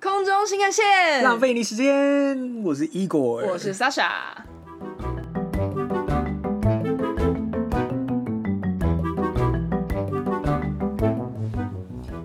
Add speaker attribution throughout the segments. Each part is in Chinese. Speaker 1: 空中新干线，
Speaker 2: 浪费你时间，我是 Igor，
Speaker 1: 我是 Sasha。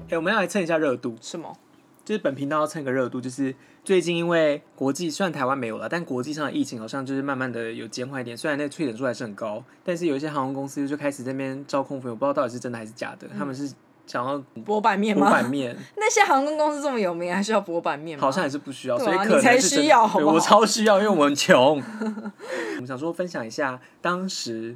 Speaker 2: 哎、我们要来蹭一下热度，
Speaker 1: 什么？
Speaker 2: 就是本频道要蹭个热度，就是最近因为国际虽然台湾没有了，但国际上的疫情好像就是慢慢的有减缓一点，虽然那个确诊数还是很高，但是有一些航空公司就开始这边招空服，我不知道到底是真的还是假的，他们是想要
Speaker 1: 博版面嗯
Speaker 2: 补
Speaker 1: 吗？
Speaker 2: 版面，
Speaker 1: 那些航空公司这么有名，还需要博版面吗？
Speaker 2: 好像也是不需要，
Speaker 1: 对
Speaker 2: 所
Speaker 1: 啊
Speaker 2: 以可能
Speaker 1: 你才
Speaker 2: 是真的
Speaker 1: 需要好
Speaker 2: 对
Speaker 1: 不好
Speaker 2: 我超需要，因为我 很穷。我们想说分享一下当时，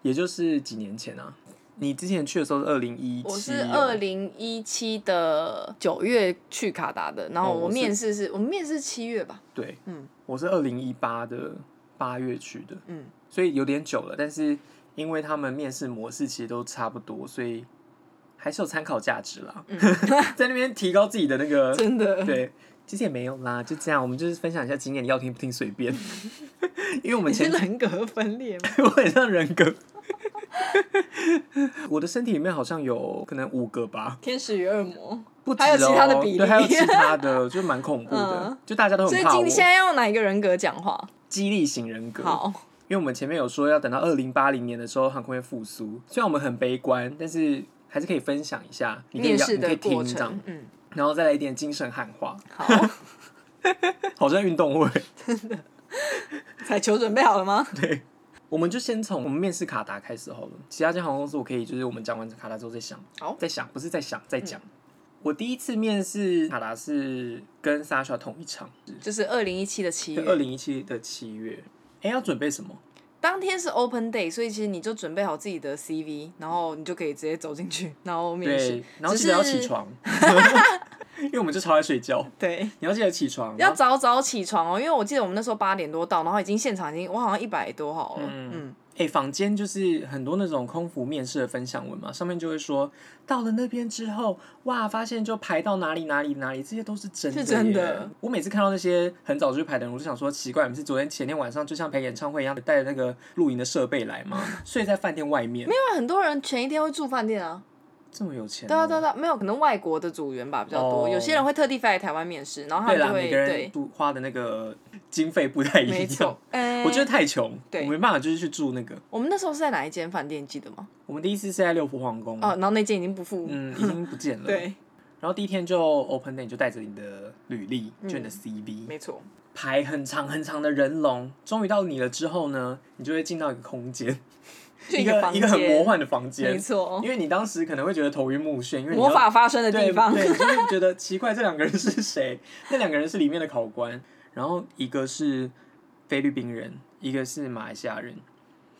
Speaker 2: 也就是几年前啊，你之前去的时候是二零一七，
Speaker 1: 我是二零一七的九月去卡达的，然后
Speaker 2: 哦我
Speaker 1: 我
Speaker 2: 是
Speaker 1: 面试是、我们面试七月吧，
Speaker 2: 对，
Speaker 1: 嗯
Speaker 2: 我是二零一八的八月去的，
Speaker 1: 嗯，
Speaker 2: 所以有点久了，但是因为他们面试模式其实都差不多，所以还是有参考价值啦， 在那边提高自己的那个
Speaker 1: 嗯 真的，
Speaker 2: 对，其实也没有啦，就这样，我们就是分享一下经验，你要听不听随 便，因为我们
Speaker 1: 你是
Speaker 2: 前
Speaker 1: 人格分裂吗？
Speaker 2: 我很像人格。 我的身体里面好像有可能五个吧，
Speaker 1: 天使与恶魔，
Speaker 2: 不止、哦、
Speaker 1: 还有其他的比例
Speaker 2: 对，还有其他的，就蛮恐怖的，
Speaker 1: 嗯
Speaker 2: 就大家都
Speaker 1: 所
Speaker 2: 很
Speaker 1: 以
Speaker 2: 怕
Speaker 1: 今
Speaker 2: 我。
Speaker 1: 现在要哪一个人格讲话？
Speaker 2: 激励型人格，
Speaker 1: 好，
Speaker 2: 因为我们前面有说要等到二零八零年的时候航空业复苏，虽然我们很悲观，但是还是可以分享一下，你可以
Speaker 1: 面
Speaker 2: 聊
Speaker 1: 试
Speaker 2: 你可
Speaker 1: 的
Speaker 2: 以
Speaker 1: 过
Speaker 2: 听这样
Speaker 1: 程，，嗯，
Speaker 2: 然后再来一点精神喊话，
Speaker 1: 好，
Speaker 2: 好像运动会。
Speaker 1: 彩球准备好了吗？
Speaker 2: 我们就先从我们面试卡达开始好了，其他间航空公司我可以就是我们讲完卡达之后再想，
Speaker 1: 好
Speaker 2: 再想不是在想再讲。我第一次面试卡达是跟 Sasha 同一场，
Speaker 1: 就是二零一七的七
Speaker 2: 是二
Speaker 1: 月，
Speaker 2: 零一七的七月。哎、要准备什么？
Speaker 1: 当天是 Open Day，所以其实你就准备好自己的 CV，然后你就可以直接走进去，然后面试
Speaker 2: 对，，然后
Speaker 1: 只是
Speaker 2: 记得要起，床， 因为我们就超爱睡觉。
Speaker 1: 对，
Speaker 2: 你要记得起床，然
Speaker 1: 要
Speaker 2: 后
Speaker 1: 早早起床哦，因为我记得我们那时候八点多到，然后已经现场已经我好像一百多号了，嗯，
Speaker 2: 哎、坊间就是很多那种空服面试的分享文嘛，上面就会说到了那边之后，哇，发现就排到哪里哪里哪里，这些都是真的。
Speaker 1: 是真的。
Speaker 2: 我每次看到那些很早就去排的人，我就想说，奇怪，你们是昨天前天晚上就像排演唱会一样带着那个露营的设备来吗？睡在饭店外面？没有
Speaker 1: 因为很多人前一天会住饭店啊，
Speaker 2: 这么有钱、
Speaker 1: 对啊对啊，对啊，没有可能外国的组员吧比较多，
Speaker 2: 哦
Speaker 1: 有些人会特地飞来台湾面试，然后他
Speaker 2: 对
Speaker 1: 们
Speaker 2: 啦，
Speaker 1: 就会
Speaker 2: 每个人
Speaker 1: 啊对，
Speaker 2: 住花的那个经费不太一
Speaker 1: 没
Speaker 2: 样
Speaker 1: 错。，哎
Speaker 2: 我觉得太穷，
Speaker 1: 对
Speaker 2: 我没办法，就是去住那个。
Speaker 1: 我们那时候是在哪一间饭店记得吗？
Speaker 2: 我们第一次是在六福皇宫，
Speaker 1: 哦，然后那间已经不复，
Speaker 2: 嗯，已经不见 了。
Speaker 1: 对，
Speaker 2: 然后第一天就 open day 你就带着你的履历，
Speaker 1: 嗯
Speaker 2: 就你的 CV，、
Speaker 1: 没错，
Speaker 2: 排很长很长的人龙，终于到你了之后呢，你就会进到一个空间，
Speaker 1: 就
Speaker 2: 一
Speaker 1: 个
Speaker 2: 个
Speaker 1: 房
Speaker 2: 一
Speaker 1: 间
Speaker 2: 个很魔，幻的房
Speaker 1: 没
Speaker 2: 间。
Speaker 1: 错，
Speaker 2: 因为你当时可能会觉得头晕目眩，因为你
Speaker 1: 魔
Speaker 2: 要
Speaker 1: 法发生的
Speaker 2: 对
Speaker 1: 地方，
Speaker 2: 对，你就会觉得奇怪，这两个人是谁？ 那两个人是里面的考官，然后一个是菲律宾人，一个是马来西亚人。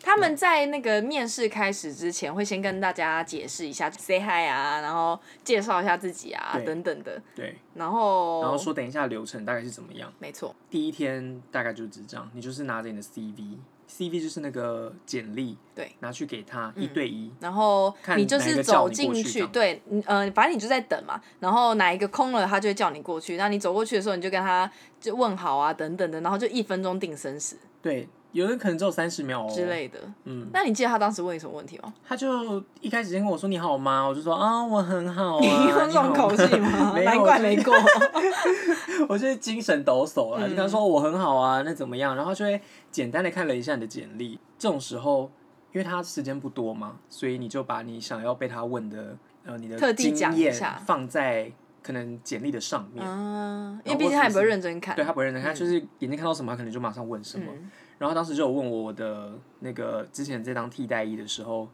Speaker 1: 他
Speaker 2: 嗯
Speaker 1: 们在那个面试开始之前，会先跟大家解释一下 say hi 啊，然后介绍一下自己啊
Speaker 2: 对
Speaker 1: 等等的，
Speaker 2: 对，
Speaker 1: 然后
Speaker 2: 然后说等一下流程大概是怎么样。
Speaker 1: 没错，
Speaker 2: 第一天大概就是这样，你就是拿着你的 CV，CV 就是那个简历，
Speaker 1: 对，嗯
Speaker 2: 拿去给他一对一，
Speaker 1: 然后
Speaker 2: 看
Speaker 1: 你就
Speaker 2: 哪一
Speaker 1: 是
Speaker 2: 个叫
Speaker 1: 走
Speaker 2: 你
Speaker 1: 进
Speaker 2: 过去这样
Speaker 1: 对，嗯呃，反正你就在等嘛，然后哪一个空了，他就会叫你过去，那你走过去的时候，你就跟他就问好啊等等的，然后就一分钟定生死
Speaker 2: 对，有人可能只有三十秒、哦、
Speaker 1: 之，类的。
Speaker 2: 嗯，
Speaker 1: 那你记得他当时问你什么问题吗？
Speaker 2: 他就一开始先跟我说你好吗，我就说啊我很好啊，
Speaker 1: 你
Speaker 2: 你
Speaker 1: 用这种
Speaker 2: 好？
Speaker 1: 口气吗
Speaker 2: 没有
Speaker 1: 难怪没过。
Speaker 2: 我就是精神抖擞了，
Speaker 1: 嗯
Speaker 2: 就跟他说我很好啊，那怎么样？然后就会简单的看了一下你的简历。这种时候，因为他时间不多嘛，所以你就把你想要被他问的呃你
Speaker 1: 特
Speaker 2: 的
Speaker 1: 地
Speaker 2: 经
Speaker 1: 讲一
Speaker 2: 验
Speaker 1: 下
Speaker 2: 放在可能简历的上面。
Speaker 1: 嗯，因为毕竟他也不会认真看。
Speaker 2: 对他不会认真，他就是眼睛看到什么，他可能就马上问什么。
Speaker 1: 嗯
Speaker 2: 然后当时就有问我的那个之前这当替代役的时候，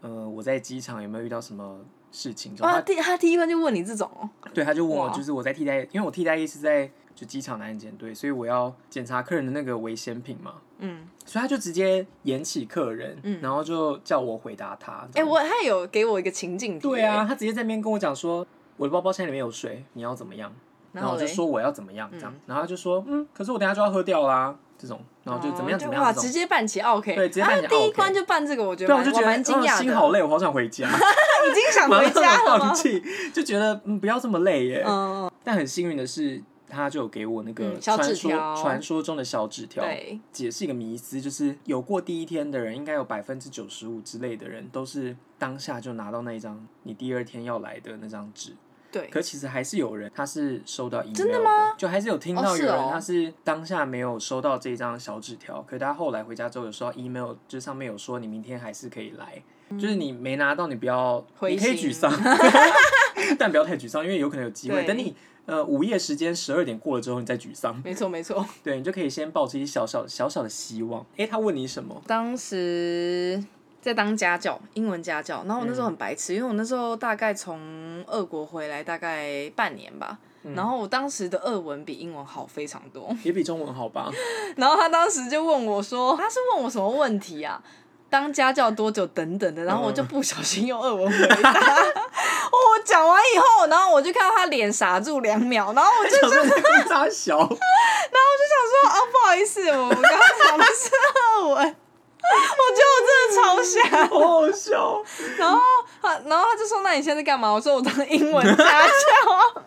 Speaker 2: 呃，我在机场有没有遇到什么事情？然后
Speaker 1: 啊哇，第他第一关就问你这种哦，
Speaker 2: 对，他就问我，
Speaker 1: 哇
Speaker 2: 就是我在替代，因为我替代役是在就机场的安检队，所以我要检查客人的那个危险品嘛，
Speaker 1: 嗯。
Speaker 2: 所以他就直接延起客人，然后就叫我回答他。
Speaker 1: 哎、我他有给我一个情境题。
Speaker 2: 对啊，，他直接在那边跟我讲说，我的包包现在里面有水，你要怎么样？
Speaker 1: 然
Speaker 2: 然
Speaker 1: 后
Speaker 2: 后我就
Speaker 1: 嘞
Speaker 2: 说我要怎么样这样，然后他就说嗯，可是我等一下就要喝掉啦，这种，然后就怎么样
Speaker 1: 哦
Speaker 2: 怎么
Speaker 1: 哇，
Speaker 2: 样这
Speaker 1: 直
Speaker 2: 种。
Speaker 1: 接办起 OK。
Speaker 2: 对直接办起
Speaker 1: 啊、第一
Speaker 2: OK
Speaker 1: 关就办这个，我觉得呃蛮
Speaker 2: 对啊，我就觉得
Speaker 1: 蛮惊讶
Speaker 2: 嗯
Speaker 1: 的，
Speaker 2: 心好累，我好想回 家，
Speaker 1: 已经想
Speaker 2: 马
Speaker 1: 回家
Speaker 2: 上
Speaker 1: 了
Speaker 2: 放
Speaker 1: 吗？
Speaker 2: 弃，就觉得嗯不要这么累耶。
Speaker 1: 嗯，
Speaker 2: 但很幸运的是，他就有给我那个
Speaker 1: 嗯小
Speaker 2: 传
Speaker 1: 纸
Speaker 2: 说
Speaker 1: 条
Speaker 2: 传、说中的小纸条，
Speaker 1: 对，
Speaker 2: 解释一个迷思，就是有过第一天的人，应该有百分之九十五之类的人，都是当下就拿到那一张你第二天要来的那张纸，
Speaker 1: 对，
Speaker 2: 可其实还是有人他是收到 email，
Speaker 1: 真的吗？
Speaker 2: 就还是有听
Speaker 1: 哦
Speaker 2: 到
Speaker 1: 是
Speaker 2: 有人
Speaker 1: 哦
Speaker 2: 他是当下没有收到这张小纸条，可他后来回家之后有收到 email，就上面有说你明天还是可以来，就是你没拿到你不要，
Speaker 1: 嗯灰
Speaker 2: 你可以
Speaker 1: 心
Speaker 2: 沮丧，但不要太沮丧，因为有可能有机会。
Speaker 1: 对
Speaker 2: 等你呃午夜时间十二点过了之后，你再沮丧，
Speaker 1: 没错没错。
Speaker 2: 对你就可以先抱持一些小小小小的希望。诶、他问你什么？
Speaker 1: 当时在当家教，英文家教，然后我那时候很白痴，因为我那时候大概从俄国回来大概半年吧。然后我当时的俄文比英文好非常多，
Speaker 2: 也比中文好 吧？
Speaker 1: 然后他当时就问我说，他是问我什么问题啊？当家教多久等等的，然后我就不小心用俄文回答。 我讲完以后，然后我就看到他脸傻住两秒，然后我就
Speaker 2: 小时候在扎 小，
Speaker 1: 说啊，不好意思，我我刚刚讲的是俄文，我觉得我真的超傻。
Speaker 2: 好好笑。
Speaker 1: 然后 他，然后他就说：“那你现在在干嘛？”我说：“我当英文家教。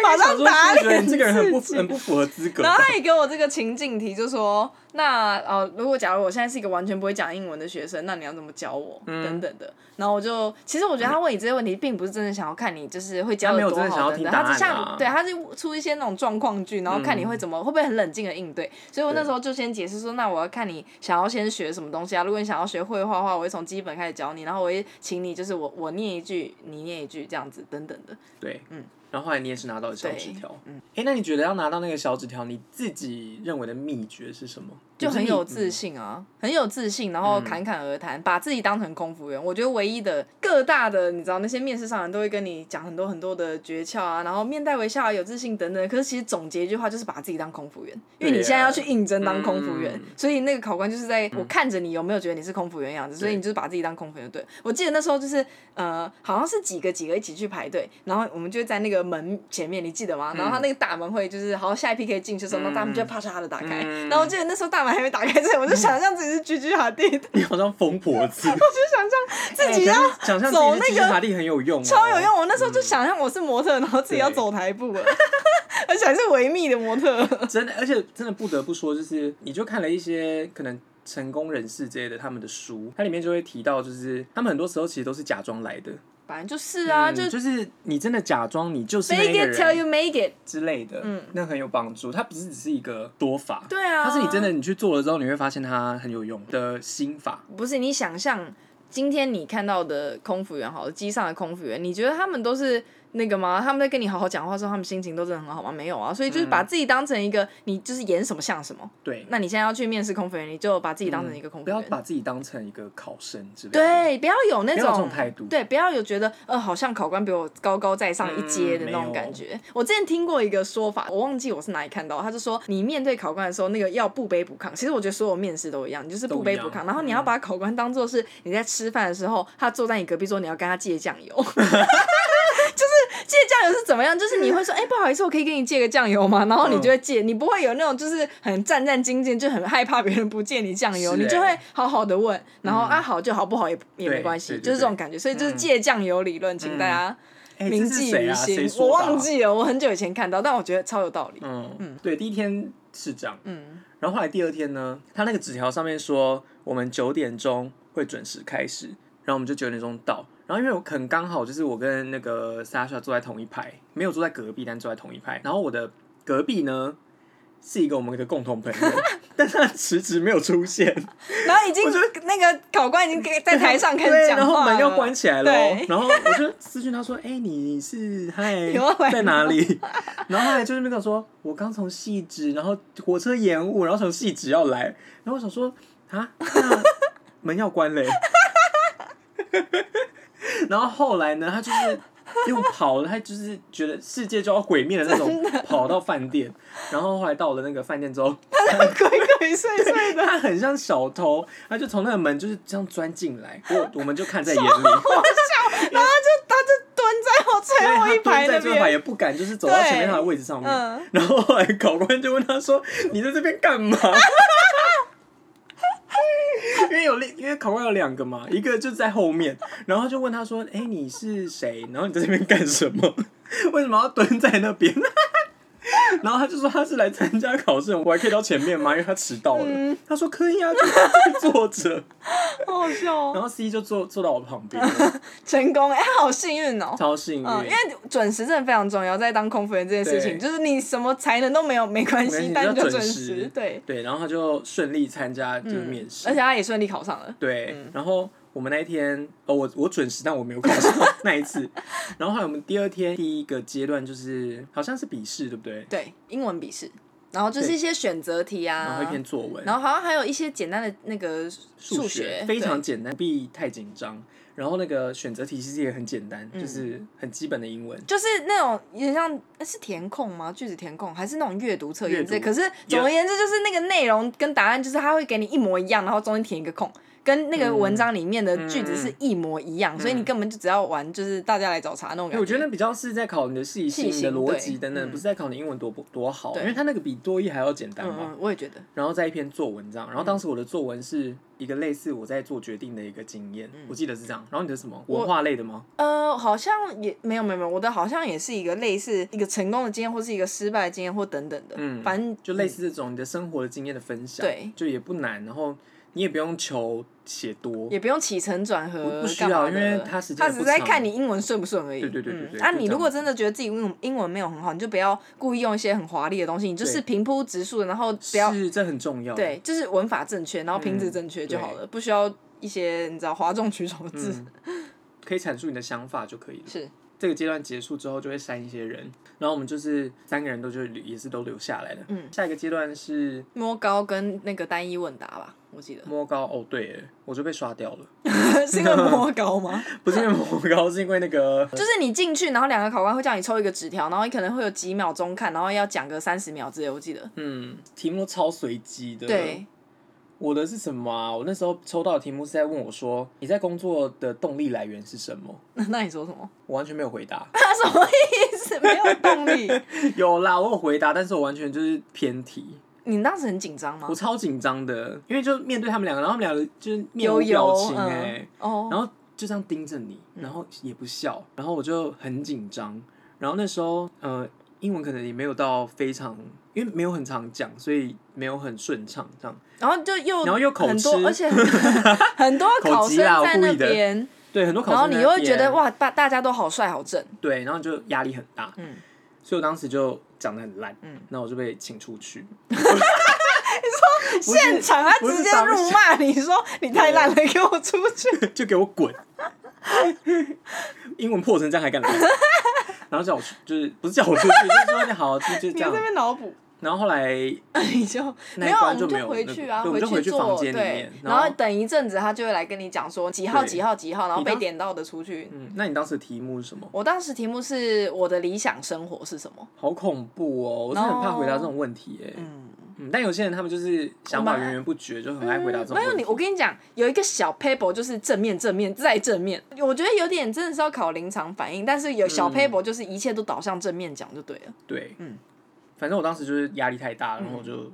Speaker 1: 马上打
Speaker 2: 想说是不是觉得
Speaker 1: 脸
Speaker 2: 你这个人很不
Speaker 1: 自己
Speaker 2: 很不符合资”格
Speaker 1: 然。后他也给我这个情境题，就说：“那呃，如果假如我现在是一个完全不会讲英文的学生，那你要怎么教我？
Speaker 2: 嗯
Speaker 1: 等等的。”然后我就，其实我觉得他问你这些问题，并不是真的想要看你就是会教
Speaker 2: 他
Speaker 1: 的
Speaker 2: 没有
Speaker 1: 多
Speaker 2: 真的
Speaker 1: 好
Speaker 2: 想要
Speaker 1: 等
Speaker 2: 听
Speaker 1: 等，
Speaker 2: 答
Speaker 1: 他只
Speaker 2: 案啊
Speaker 1: 像对，他是出一些那种状况句，然后看你
Speaker 2: 嗯
Speaker 1: 会怎么、会不会很冷静的应对。所以我那
Speaker 2: 对
Speaker 1: 时候就先解释说，那我要看你想要先学什么东西啊。如果你想要学绘画的话，我会从基本开始教你，然后我会请你就是我我念一句，你念一句这样子等等的。
Speaker 2: 对，嗯
Speaker 1: 嗯。
Speaker 2: 然后后来你也是拿到了小纸
Speaker 1: 对
Speaker 2: 条，嗯，哎、那你觉得要拿到那个小纸条，你自己认为的秘诀是什么？
Speaker 1: 就很
Speaker 2: 你
Speaker 1: 有
Speaker 2: 自己
Speaker 1: 自信啊，很有自信，然
Speaker 2: 嗯
Speaker 1: 后侃侃而谈，把自己当成空服员。我觉得唯一的各大的，你知道那些面试上人都会跟你讲很多很多的诀窍啊，然后面带微笑啊，有自信等等。可是其实总结一句话就是把自己当空服员，因为
Speaker 2: 对
Speaker 1: 你现在
Speaker 2: 啊
Speaker 1: 要去应征当空服员，
Speaker 2: 嗯
Speaker 1: 所以那个考官就是在我看着你有没有觉得你是空服员的样子，所以
Speaker 2: 对
Speaker 1: 你就是把自己当空服员。对我记得那时候就是呃，好像是几个几个一起去排队，然后我们就在那个门前面，你记得吗？然后他那个大门会就是好下一批可以进去的时候，然后大门就会啪嚓的打开，
Speaker 2: 嗯
Speaker 1: 然后我记得那时候大门还没打开之前，我就想象自己是居居哈蒂，就
Speaker 2: 嗯 你好像疯婆 子，
Speaker 1: 想象自己
Speaker 2: 可
Speaker 1: 要
Speaker 2: 是想象自
Speaker 1: 走
Speaker 2: 己
Speaker 1: 那
Speaker 2: 是
Speaker 1: 个
Speaker 2: 吉祥玛丽很有用、哦，
Speaker 1: 超有。用。我那时候就想象我是模特，然后自己要
Speaker 2: 对
Speaker 1: 走台步了，而且还是维密的模特。
Speaker 2: 真的，而且真的不得不说，就是你就看了一些可能成功人士之类的他们的书，它里面就会提到，就是他们很多时候其实都是假装来的。
Speaker 1: 反正就是啊，
Speaker 2: 嗯
Speaker 1: 就
Speaker 2: 就是你真的假装你就是那
Speaker 1: fake
Speaker 2: 个
Speaker 1: it till
Speaker 2: 人
Speaker 1: you make it。
Speaker 2: 之类的，
Speaker 1: 嗯
Speaker 2: 那很有帮助。它不是只是一个说法，
Speaker 1: 对啊，
Speaker 2: 它是你真的你去做了之后，你会发现它很有用的心法。
Speaker 1: 不是你想象今天你看到的空服员，好了，机上的空服员，你觉得他们都是那个吗？他们在跟你好好讲话的时候，他们心情都真的很好吗？没有啊，所以就是把自己当成一个，你就是演什么像什么。
Speaker 2: 对，
Speaker 1: 那你现在要去面试空服员，你就把自己当成一个空服
Speaker 2: 不要
Speaker 1: 员。
Speaker 2: 把自己当成一个考生之类的。
Speaker 1: 对，不要有那
Speaker 2: 不
Speaker 1: 种
Speaker 2: 要有这种态度
Speaker 1: 对，不要有觉得呃，好像考官比我高高在上一阶的那
Speaker 2: 嗯没有
Speaker 1: 种感觉。我之前听过一个说法，我忘记我是哪里看到，他就说你面对考官的时候，那个要不卑不亢。其实我觉得所有面试都一样，你就是
Speaker 2: 都
Speaker 1: 不
Speaker 2: 一
Speaker 1: 卑
Speaker 2: 样嗯
Speaker 1: 不亢，然后你要把考官当做是你在吃饭的时候，他坐在你隔壁桌，你要跟他借酱油。 就是借酱油是怎么样？就是你会说，哎、不好意思，我可以给你借个酱油吗？然后你就会借，你不会有那种就是很战战兢兢，就很害怕别人不借你酱油，
Speaker 2: 是
Speaker 1: 你就
Speaker 2: 欸嗯
Speaker 1: 会好好的问，然后、啊好就好，不好也也
Speaker 2: 对
Speaker 1: 没关系
Speaker 2: 对，对嗯
Speaker 1: 就是这种感觉。所以就是借酱油理论，请大家
Speaker 2: 哎，
Speaker 1: 铭
Speaker 2: 这是
Speaker 1: 记
Speaker 2: 谁
Speaker 1: 于
Speaker 2: 啊？谁
Speaker 1: 心。
Speaker 2: 说
Speaker 1: 我
Speaker 2: 的啊
Speaker 1: 忘。记了，我很久以前看到，但我觉得超有道理。
Speaker 2: 嗯嗯，对，第一天是这样。嗯，然后后来第二天呢，他那个纸条上面说我们九点钟会准时开始，然后我们就九点钟到。然后因为我可能刚好就是我跟那个 Sasha 坐在同一排，没有坐在隔壁，但坐在同一排。然后我的隔壁呢是一个我们的共 同朋友，但他迟迟没有出现。
Speaker 1: 然后已经那个考官已经给在台上开
Speaker 2: 对
Speaker 1: 始讲话了，
Speaker 2: 然后门要关起来喽
Speaker 1: 对。
Speaker 2: 然后我就私讯他说：“哎、你是 嗨
Speaker 1: 有啊
Speaker 2: 在哪里？” 然后后来就是那个说：“我刚从细致，然后火车延误，然后从细致要来。”然后我想说：“啊，那门要关嘞。” 然后后来呢，他就是。用跑的，他就是觉得世界就要毁灭的那种，跑到饭店，然后后来到了那个饭店之后，
Speaker 1: 鬼鬼祟祟的。
Speaker 2: 他很像小偷，他就从那个门就是这样钻进来，我我们就看在眼里，
Speaker 1: 然后就他就蹲在我最
Speaker 2: 因
Speaker 1: 后
Speaker 2: 为
Speaker 1: 一
Speaker 2: 他蹲
Speaker 1: 排
Speaker 2: 在
Speaker 1: 那
Speaker 2: 最后一排
Speaker 1: 边，
Speaker 2: 也不敢，就是走到前面他的位置上面。
Speaker 1: 嗯
Speaker 2: 然后后来考官就问他说：“你在这边干嘛？”因为有另，因为考官有两个嘛，一个就在后面，然后他就问他说：“哎、你是谁？然后你在这边干什么？为什么要蹲在那边？”然后他就说他是来参加考试，我还可以到前面吗？因为他迟到了。
Speaker 1: 嗯
Speaker 2: 他说可以啊，就就坐着。
Speaker 1: 好好笑
Speaker 2: 然
Speaker 1: 哦，
Speaker 2: 后 C 就坐坐到我旁 边，
Speaker 1: 成功哎、好幸运哦。
Speaker 2: 超幸运。
Speaker 1: 嗯，因为准时真的非常重要，在当空服员这件事情，
Speaker 2: 对
Speaker 1: 就是你什么才能都没有没关系，
Speaker 2: 没关系
Speaker 1: 但你就
Speaker 2: 要
Speaker 1: 准
Speaker 2: 准
Speaker 1: 时
Speaker 2: 时，
Speaker 1: 对，
Speaker 2: 对，然后他就顺利参加就是
Speaker 1: 嗯
Speaker 2: 面试，
Speaker 1: 而且嗯他也顺利考上了。
Speaker 2: 对，然后我们那一天，哦，我我准时，但我没有考上 那一次。然后还有我们第二天第一个阶段就是好像是笔试，对不对？
Speaker 1: 对，英文笔试，然后就是
Speaker 2: 对
Speaker 1: 一些选择题
Speaker 2: 然
Speaker 1: 啊
Speaker 2: 后，一篇作文，
Speaker 1: 然后好像还有一些简单的那个数
Speaker 2: 数
Speaker 1: 学，
Speaker 2: 非常
Speaker 1: 对
Speaker 2: 简单，不必太紧张。然后那个选择题其实也很简单，
Speaker 1: 嗯
Speaker 2: 就是很基本的英文。
Speaker 1: 就是那种有点像那是填空吗？句子填空还是那种阅读测验之类？
Speaker 2: 阅读
Speaker 1: 可是总而言之，就是那个内容跟答案，就是它会给你一模一样，然后中间填一个空，跟那个文章里面的句
Speaker 2: 嗯
Speaker 1: 子是一模一样，所以你根本就只要玩，就是大家来找茬那种
Speaker 2: 因为
Speaker 1: 感
Speaker 2: 嗯哎我觉得那比较是在考你的细
Speaker 1: 细
Speaker 2: 心、你
Speaker 1: 心
Speaker 2: 的逻
Speaker 1: 对
Speaker 2: 辑等等，
Speaker 1: 嗯
Speaker 2: 不是在考你英文多不多好，
Speaker 1: 对
Speaker 2: 因为它那个比多一还要简单
Speaker 1: 嗯
Speaker 2: 嘛。
Speaker 1: 嗯，我也觉得，
Speaker 2: 然后再一篇作文这样，然后
Speaker 1: 嗯
Speaker 2: 当时我的作文是一个类似我在做决定的一个经验，我记得是这样。然后你的什么
Speaker 1: 嗯我
Speaker 2: 文化类的吗？
Speaker 1: 呃，好像也没有没有没有，我的好像也是一个类似一个成功的经验，或是一个失败的经验，或等等的，
Speaker 2: 嗯
Speaker 1: 反正
Speaker 2: 就类似这种你的生活的经验的分享，
Speaker 1: 对
Speaker 2: 就也不难，然后你也不用求写多，
Speaker 1: 嗯也不用起承转合，
Speaker 2: 不不需
Speaker 1: 干嘛
Speaker 2: 要因为
Speaker 1: 的
Speaker 2: 它时间
Speaker 1: 他
Speaker 2: 也
Speaker 1: 只
Speaker 2: 不
Speaker 1: 是在
Speaker 2: 长
Speaker 1: 看你英文顺不顺而已。
Speaker 2: 对对对对对
Speaker 1: 嗯啊，
Speaker 2: 就
Speaker 1: 你如
Speaker 2: 这样
Speaker 1: 果真的觉得自己英文英文没有很好，你就不要故意用一些很华丽的东西，你就是
Speaker 2: 对
Speaker 1: 平铺直述，然后不要
Speaker 2: 是这很重要。
Speaker 1: 对，就是文法正确，然后平直正确就好了，不需要一些你知道哗众取宠的字。
Speaker 2: 嗯， 可以阐述你的想法就可以了。
Speaker 1: 是，
Speaker 2: 这个阶段结束之后就会删一些人，然后我们就是三个人都就也是都留下来了。
Speaker 1: 嗯，
Speaker 2: 下一个阶段是
Speaker 1: 摸高跟那个单一问答吧，我记 得
Speaker 2: 摸高，哦对耶，我就被刷掉了，
Speaker 1: 是因为摸高吗？
Speaker 2: 不是因为摸高，是因为那个
Speaker 1: 就是你进去，然后两个考官会叫你抽一个纸条，然后你可能会有几秒钟看，然后要讲个三十秒之类，我记得。
Speaker 2: 嗯，题目超随机的。
Speaker 1: 对，
Speaker 2: 我的是什么啊？我那时候抽到的题目是在问我说，你在工作的动力来源是什么？
Speaker 1: 那你说什么？
Speaker 2: 我完全没有回答。
Speaker 1: 他什么意思？没有动力。
Speaker 2: 有啦，我有回答，但是我完全就是偏题，
Speaker 1: 你当时很紧张吗
Speaker 2: 我？超紧张的，因为就面对他们两个，然后他们两个就是面无
Speaker 1: 悠悠，
Speaker 2: 表情哎、
Speaker 1: 嗯、哦，
Speaker 2: 然后就这样盯着你，然后也不笑，然后我就很紧张，然后那时候呃，英文可能也没有到非常，因为没有很常讲，所以没有很顺畅这样，
Speaker 1: 然后就又
Speaker 2: 然后又口
Speaker 1: 很多，
Speaker 2: 吃
Speaker 1: 而 且很很多考
Speaker 2: 口
Speaker 1: 生
Speaker 2: 急啦
Speaker 1: 在
Speaker 2: 我故
Speaker 1: 那
Speaker 2: 意的
Speaker 1: 边，
Speaker 2: 对，很多考
Speaker 1: 然后
Speaker 2: 生
Speaker 1: 你
Speaker 2: 在
Speaker 1: 又
Speaker 2: 那
Speaker 1: 会觉得
Speaker 2: 边，
Speaker 1: 哇，大大家都好帅好正，
Speaker 2: 对，然后就压力很大，
Speaker 1: 嗯
Speaker 2: 所以我当时就讲的很烂，
Speaker 1: 嗯
Speaker 2: 那我就被请出去，
Speaker 1: 现场他
Speaker 2: 不是
Speaker 1: 直接
Speaker 2: 当啊
Speaker 1: 辱骂你说你太烂了，给我出去。
Speaker 2: 就给我滚！英文破成这样还敢来？然后叫我出，就是不是叫我出去，就是说你好，就就这
Speaker 1: 你在
Speaker 2: 样
Speaker 1: 这。边脑补，
Speaker 2: 然后后来，
Speaker 1: 你就没
Speaker 2: 那一
Speaker 1: 有，我
Speaker 2: 关
Speaker 1: 们
Speaker 2: 就没
Speaker 1: 就
Speaker 2: 有
Speaker 1: 回
Speaker 2: 那个
Speaker 1: 去啊，
Speaker 2: 对我们就
Speaker 1: 去
Speaker 2: 回去
Speaker 1: 做
Speaker 2: 房间里
Speaker 1: 对
Speaker 2: 面，
Speaker 1: 然
Speaker 2: 然
Speaker 1: 后
Speaker 2: 后
Speaker 1: 等一阵子他就会来跟你讲说几号
Speaker 2: 对
Speaker 1: 几号几号，然后
Speaker 2: 你
Speaker 1: 被
Speaker 2: 当
Speaker 1: 点到的出去。
Speaker 2: 嗯，那你当时的题目是什么？
Speaker 1: 我当时题目是我的理想生活是什么？
Speaker 2: 好恐怖哦！我真的很怕回答这种问题耶。
Speaker 1: 嗯，
Speaker 2: 嗯，但有些人他们就是想
Speaker 1: 我
Speaker 2: 法
Speaker 1: 们嗯
Speaker 2: 源源不绝，就很爱回答这种
Speaker 1: 没有
Speaker 2: 问
Speaker 1: 你，
Speaker 2: 题。
Speaker 1: 我跟你讲，有一个小 paper 就是正面、正面再正面，我觉得有点真的是要考临场反应，但是有小
Speaker 2: 嗯
Speaker 1: paper 就是一切都导向正面讲就对了，
Speaker 2: 对，
Speaker 1: 嗯
Speaker 2: 嗯，反正我当时就是压力太大，然后我就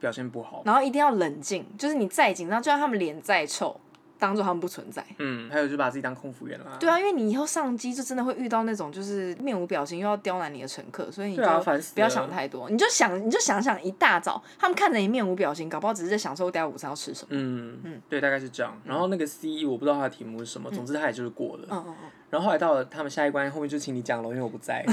Speaker 2: 表现不好。
Speaker 1: 然后一定要冷静，就是你再紧张，就算他们脸再臭，当做他们不存在。
Speaker 2: 嗯，还有就把自己当空服员啦。
Speaker 1: 对啊，因为你以后上机就真的会遇到那种就是面无表情又要刁难你的乘客，所以你就
Speaker 2: 对啊烦死
Speaker 1: 不要
Speaker 2: 了
Speaker 1: 想太多，你就想你就想想一大早他们看着你面无表情，搞不好只是在享受待午餐要吃什么。
Speaker 2: 嗯
Speaker 1: 嗯
Speaker 2: 嗯，对，大概是这样。然后那个 C E 我不知道他的题目是什么，总之他也就是过了。
Speaker 1: 嗯嗯嗯，
Speaker 2: 然后后来到了他们下一关，后面就请你讲了，因为我不 在。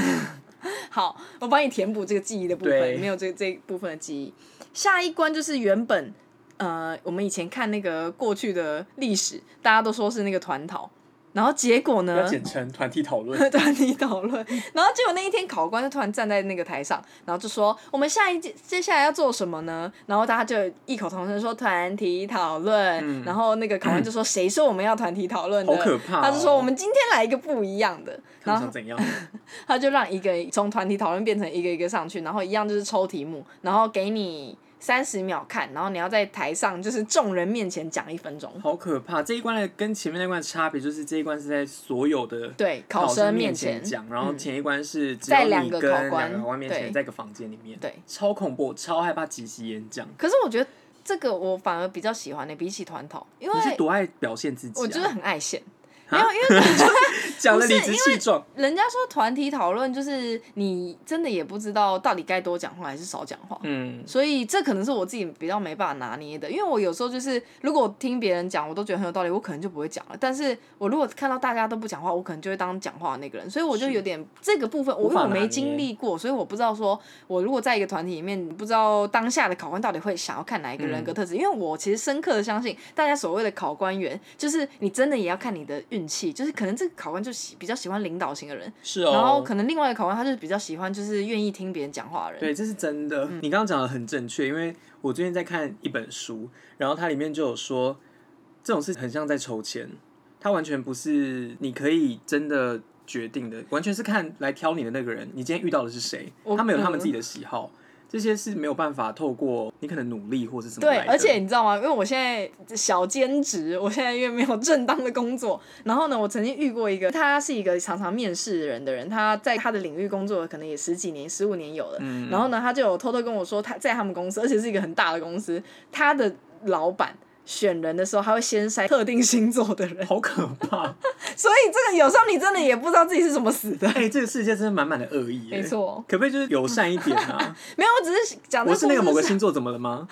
Speaker 1: 好，我帮你填补这个记忆的部
Speaker 2: 对
Speaker 1: 分，没有这这部分的记忆。下一关就是原本呃，我们以前看那个过去的历史，大家都说是那个团讨，然后结果
Speaker 2: 要
Speaker 1: 呢？
Speaker 2: 简称团体讨论。
Speaker 1: 团体讨论，然后结果那一天考官就突然站在那个台上，然后就说：“我们下一届接下来要做什么呢？”然后大家就异口同声说：“团体讨论。
Speaker 2: 嗯
Speaker 1: 然后那个考官就说：“谁说我们要团体讨论的？”
Speaker 2: 好可怕哦
Speaker 1: 他就说：“我们今天来一个不一样的。”
Speaker 2: 他
Speaker 1: 然
Speaker 2: 们
Speaker 1: 后
Speaker 2: 想怎样？
Speaker 1: 他就让一个从团体讨论变成一个一个上去，然后一样就是抽题目，然后给你三十秒看，然后你要在台上就是众人面前讲一分钟，
Speaker 2: 好可怕！这一关的跟前面那关的差别就是，这一关是在所有的
Speaker 1: 对，考
Speaker 2: 考
Speaker 1: 生
Speaker 2: 生面
Speaker 1: 前
Speaker 2: 讲，然后
Speaker 1: 嗯
Speaker 2: 前一关是只
Speaker 1: 在
Speaker 2: 有
Speaker 1: 两
Speaker 2: 你
Speaker 1: 个
Speaker 2: 跟
Speaker 1: 考
Speaker 2: 两
Speaker 1: 官
Speaker 2: 个考官面
Speaker 1: 对
Speaker 2: 前，在一个房间里面，
Speaker 1: 对，
Speaker 2: 超恐怖，我超害怕即席演讲。
Speaker 1: 可是我觉得这个我反而比较喜欢的、比起团讨，因为
Speaker 2: 你是多爱表现自己、啊？
Speaker 1: 我就是很爱现。没
Speaker 2: 啊
Speaker 1: 有，因为因
Speaker 2: 讲的理
Speaker 1: 不
Speaker 2: 直
Speaker 1: 是
Speaker 2: 气壮。
Speaker 1: 人家说团体讨论就是你真的也不知道到底该多讲话还是少讲话。
Speaker 2: 嗯，
Speaker 1: 所以这可能是我自己比较没办法拿捏的，因为我有时候就是，如果我听别人讲，我都觉得很有道理，我可能就不会讲了。但是我如果看到大家都不讲话，我可能就会当讲话的那个人，所以我就是有点这个部分，
Speaker 2: 无
Speaker 1: 我因
Speaker 2: 法
Speaker 1: 为我
Speaker 2: 拿
Speaker 1: 没
Speaker 2: 捏
Speaker 1: 经历过，所以我不知道说，我如果在一个团体里面，不知道当下的考官到底会想要看哪一个人
Speaker 2: 嗯
Speaker 1: 格特质，因为我其实深刻的相信，大家所谓的考官员，就是你真的也要看你的运气，就是可能这个考官就喜比较喜欢领导型的人，
Speaker 2: 是
Speaker 1: 然后
Speaker 2: 哦。
Speaker 1: 可能另外一个考官他就是比较喜欢就是愿意听别人讲话的人，
Speaker 2: 对，这是真的。
Speaker 1: 嗯
Speaker 2: 你刚刚讲的很正确，因为我最近在看一本书，然后它里面就有说，这种事很像在抽签，它完全不是你可以真的决定的，完全是看来挑你的那个人，你今天遇到的是谁，
Speaker 1: 我
Speaker 2: 他们有他
Speaker 1: 嗯
Speaker 2: 们自己的喜好，这些是没有办法透过你可能努力或是什么
Speaker 1: 对，
Speaker 2: 来的
Speaker 1: 而且你知道吗？因为我现在小兼职，我现在因为没有正当的工作，然后呢，我曾经遇过一个，他是一个常常面试人的人，他在他的领域工作可能也十几年、十五年有了。
Speaker 2: 嗯
Speaker 1: 然后呢，他就有偷偷跟我说，他在他们公司，而且是一个很大的公司，他的老板。选人的时候，他会先筛特定星座的人，
Speaker 2: 好可怕！
Speaker 1: 所以这个有时候你真的也不知道自己是怎么死 的。
Speaker 2: 哎、这个世界真的满满的恶意、哎
Speaker 1: 没，错，
Speaker 2: 可不可以就是友善一点啊？
Speaker 1: 没有，我只是讲这
Speaker 2: 我是那个某
Speaker 1: 故
Speaker 2: 个
Speaker 1: 事
Speaker 2: 星座怎么 了吗？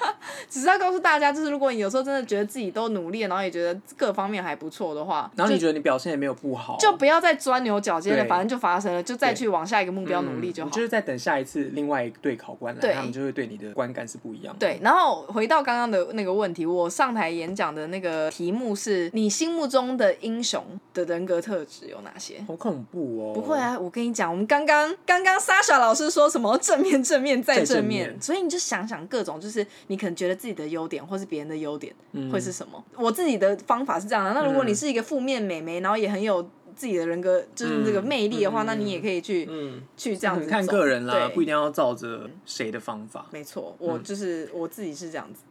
Speaker 1: 只是要告诉大家，就是如果你有时候真的觉得自己都努力了，然后也觉得各方面还不错的话，
Speaker 2: 然后
Speaker 1: 就
Speaker 2: 你觉得你表现也没有不好，
Speaker 1: 就不要再钻牛角尖了，
Speaker 2: 对
Speaker 1: 反正就发生了，就再
Speaker 2: 对
Speaker 1: 去往下一个目标努力就
Speaker 2: 嗯
Speaker 1: 好
Speaker 2: 你。就是在等下一次另外一对考官来，
Speaker 1: 对
Speaker 2: 他们就会对你的观感是不一样的。，
Speaker 1: 对，然后回到刚刚的那个问题，我上台演讲的那个题目是你心目中的英雄的人格特质有哪些？
Speaker 2: 好恐怖哦！
Speaker 1: 不会，啊，我跟你讲，我们刚刚刚刚 Sasha 老师说什么正面正面再
Speaker 2: 再
Speaker 1: 正
Speaker 2: 正
Speaker 1: 面，
Speaker 2: 面
Speaker 1: 所以你就想想各种，就是你可能觉得自己的优点或是别人的优点
Speaker 2: 嗯
Speaker 1: 会是什么。我自己的方法是这样的、啊那如果你
Speaker 2: 嗯
Speaker 1: 是一个负面美眉，然后也很有自己的人格，就是这个
Speaker 2: 嗯
Speaker 1: 魅力的话，
Speaker 2: 嗯
Speaker 1: 那你也可以去、
Speaker 2: 嗯，
Speaker 1: 去这样
Speaker 2: 很
Speaker 1: 子
Speaker 2: 看
Speaker 1: 走
Speaker 2: 个人啦，
Speaker 1: 对嗯
Speaker 2: 不一定嗯要照着谁的方法。
Speaker 1: 没错，我就是、我自己是这样子，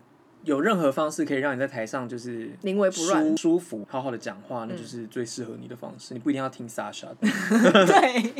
Speaker 2: 有任何方式可以让你在台上就是
Speaker 1: 临危不乱嗯
Speaker 2: 舒舒服，好好的讲话，那就是最适合你的方式。你不一定要听 Sasha 的。
Speaker 1: 对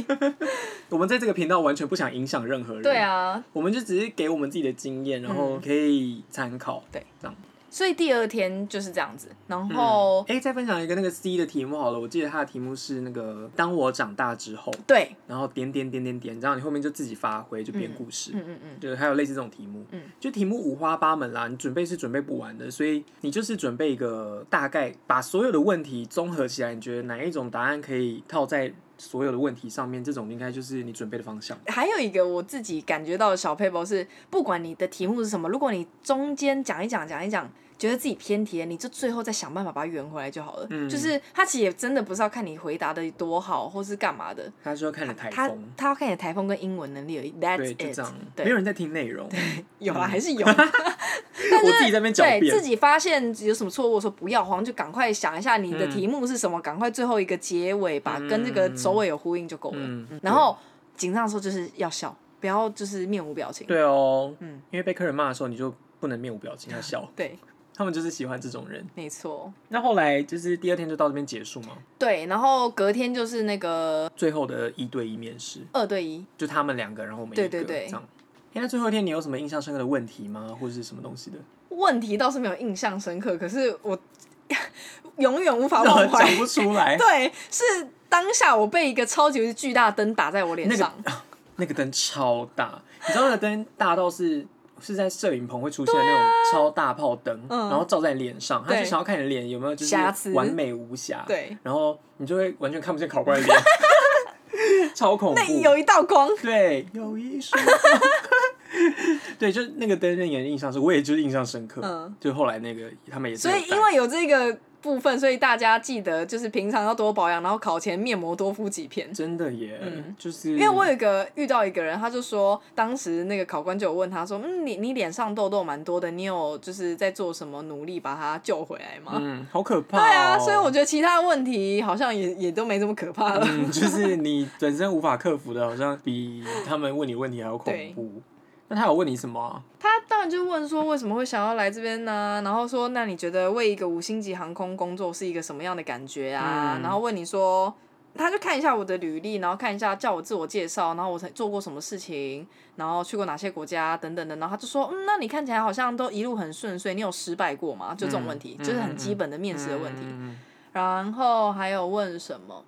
Speaker 2: 我们在这个频道完全不想影响任何人。
Speaker 1: 对，啊，嗯
Speaker 2: 我们就只是给我们自己的经验，然后可以参考。
Speaker 1: 对，
Speaker 2: 这样。
Speaker 1: 所以第二天就是这样子，然
Speaker 2: 哦，
Speaker 1: 后、
Speaker 2: 哎、再分享一个那个 C 的题目好了，我记得他的题目是那个“当我长大之后
Speaker 1: 对，”，
Speaker 2: 然后点点点点点，然后你后面就自己发挥，就编故事。
Speaker 1: 嗯嗯嗯，
Speaker 2: 对，还有类似这种题目，
Speaker 1: 嗯
Speaker 2: 就题目五花八门啦，你准备是准备不完的，所以你就是准备一个大概，把所有的问题综合起来，你觉得哪一种答案可以套在所有的问题上面？这种应该就是你准备的方向。
Speaker 1: 还有一个我自己感觉到的小 paper 是，不管你的题目是什么，如果你中间讲一讲讲一讲，觉得自己偏题了，你就最后再想办法把它圆回来就好了。
Speaker 2: 嗯
Speaker 1: 就是他其实也真的不是要看你回答的多好或是干嘛的，
Speaker 2: 他说看了台
Speaker 1: 他
Speaker 2: 风，
Speaker 1: 他要看你的台风跟英文能力而已。
Speaker 2: 对，
Speaker 1: That's
Speaker 2: 就这
Speaker 1: it
Speaker 2: 样。，没有
Speaker 1: 对，
Speaker 2: 人在听内容，
Speaker 1: 有啊，
Speaker 2: 嗯
Speaker 1: 还是 有。
Speaker 2: 我自己在那边狡
Speaker 1: 对自
Speaker 2: 辩。
Speaker 1: 己发现有什么错误，说不要慌，就赶快想一下你的题目是什么，赶、快最后一个结尾吧，
Speaker 2: 嗯
Speaker 1: 跟这个首尾有呼应就够了。
Speaker 2: 嗯
Speaker 1: 然后紧张的时候就是要笑，不要就是面无表情。
Speaker 2: 对哦，
Speaker 1: 嗯
Speaker 2: 因为被客人骂的时候，你就不能面无表情要笑，
Speaker 1: 对，
Speaker 2: 他们就是喜欢这种人。
Speaker 1: 没错。
Speaker 2: 那后来就是第二天就到这边结束嘛，
Speaker 1: 对，然后隔天就是那个
Speaker 2: 最后的一对一面试，
Speaker 1: 二对一，
Speaker 2: 就他们两个，然后我们一
Speaker 1: 对
Speaker 2: 个
Speaker 1: 对对
Speaker 2: 这样。哎，那最后一天你有什么印象深刻的问题吗？或者是什么东西的？
Speaker 1: 问题倒是没有印象深刻，可是我 永远无法 忘怀
Speaker 2: 讲。不 出来，
Speaker 1: 对，是当下我被一个超级巨大的灯打在我脸
Speaker 2: 那个
Speaker 1: 上，
Speaker 2: 那个灯超大，你知道那个灯大到是是在摄影棚会出现的那种超大炮灯，
Speaker 1: 嗯
Speaker 2: 然后照在你脸上，他
Speaker 1: 对
Speaker 2: 就想要看你的脸有没有就
Speaker 1: 瑕疵
Speaker 2: 是完美无瑕，
Speaker 1: 对，
Speaker 2: 然后你就会完全看不见考官 的脸，超恐怖。
Speaker 1: 那有一道光。
Speaker 2: 对，有一说。 对，就是那个灯那演的印象是，我也就是印象深刻。
Speaker 1: 嗯
Speaker 2: 就后来那个他们也是
Speaker 1: 所
Speaker 2: 有
Speaker 1: 以
Speaker 2: 带，
Speaker 1: 因为有这个部分，所以大家记得就是平常要多保养，然后考前面膜多敷几片。
Speaker 2: 真的耶，
Speaker 1: 嗯
Speaker 2: 就是
Speaker 1: 因为我有一个遇到一个人，他就说，当时那个考官就有问他说，嗯，你你脸上痘痘蛮多的，你有就是在做什么努力把它救回来吗？
Speaker 2: 嗯，好可怕、哦。
Speaker 1: 对啊，所以我觉得其他的问题好像也也都没这么可怕了。
Speaker 2: 嗯，就是你本身无法克服的，好像比他们问你问题还要
Speaker 1: 对
Speaker 2: 恐怖。那他有问你什么啊、
Speaker 1: 他当然就问说为什么会想要来这边呢、然后说那你觉得为一个五星级航空工作是一个什么样的感觉啊？
Speaker 2: 嗯
Speaker 1: 然后问你说，他就看一下我的履历，然后看一下叫我自我介绍，然后我曾做过什么事情，然后去过哪些国家等等的。然后他就说，嗯，那你看起来好像都一路很顺遂，你有失败过吗？就这种问题，
Speaker 2: 嗯
Speaker 1: 就是很基本的面试的问题。
Speaker 2: 嗯
Speaker 1: 然后还有问什么？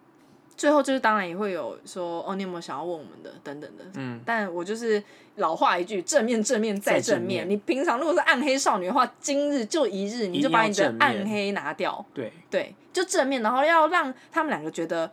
Speaker 1: 最后就是当然也会有说哦，你有没有想要问我们的等等的。
Speaker 2: 嗯，
Speaker 1: 但我就是老话一句，正面正面再
Speaker 2: 再
Speaker 1: 正
Speaker 2: 正
Speaker 1: 面。
Speaker 2: 面
Speaker 1: 你平常如果是暗黑少女的话，今日就一日，你
Speaker 2: 一
Speaker 1: 就
Speaker 2: 定
Speaker 1: 把
Speaker 2: 要
Speaker 1: 你的
Speaker 2: 正面
Speaker 1: 暗黑拿掉，
Speaker 2: 对，
Speaker 1: 对，就正面，然后要让他们两个觉得。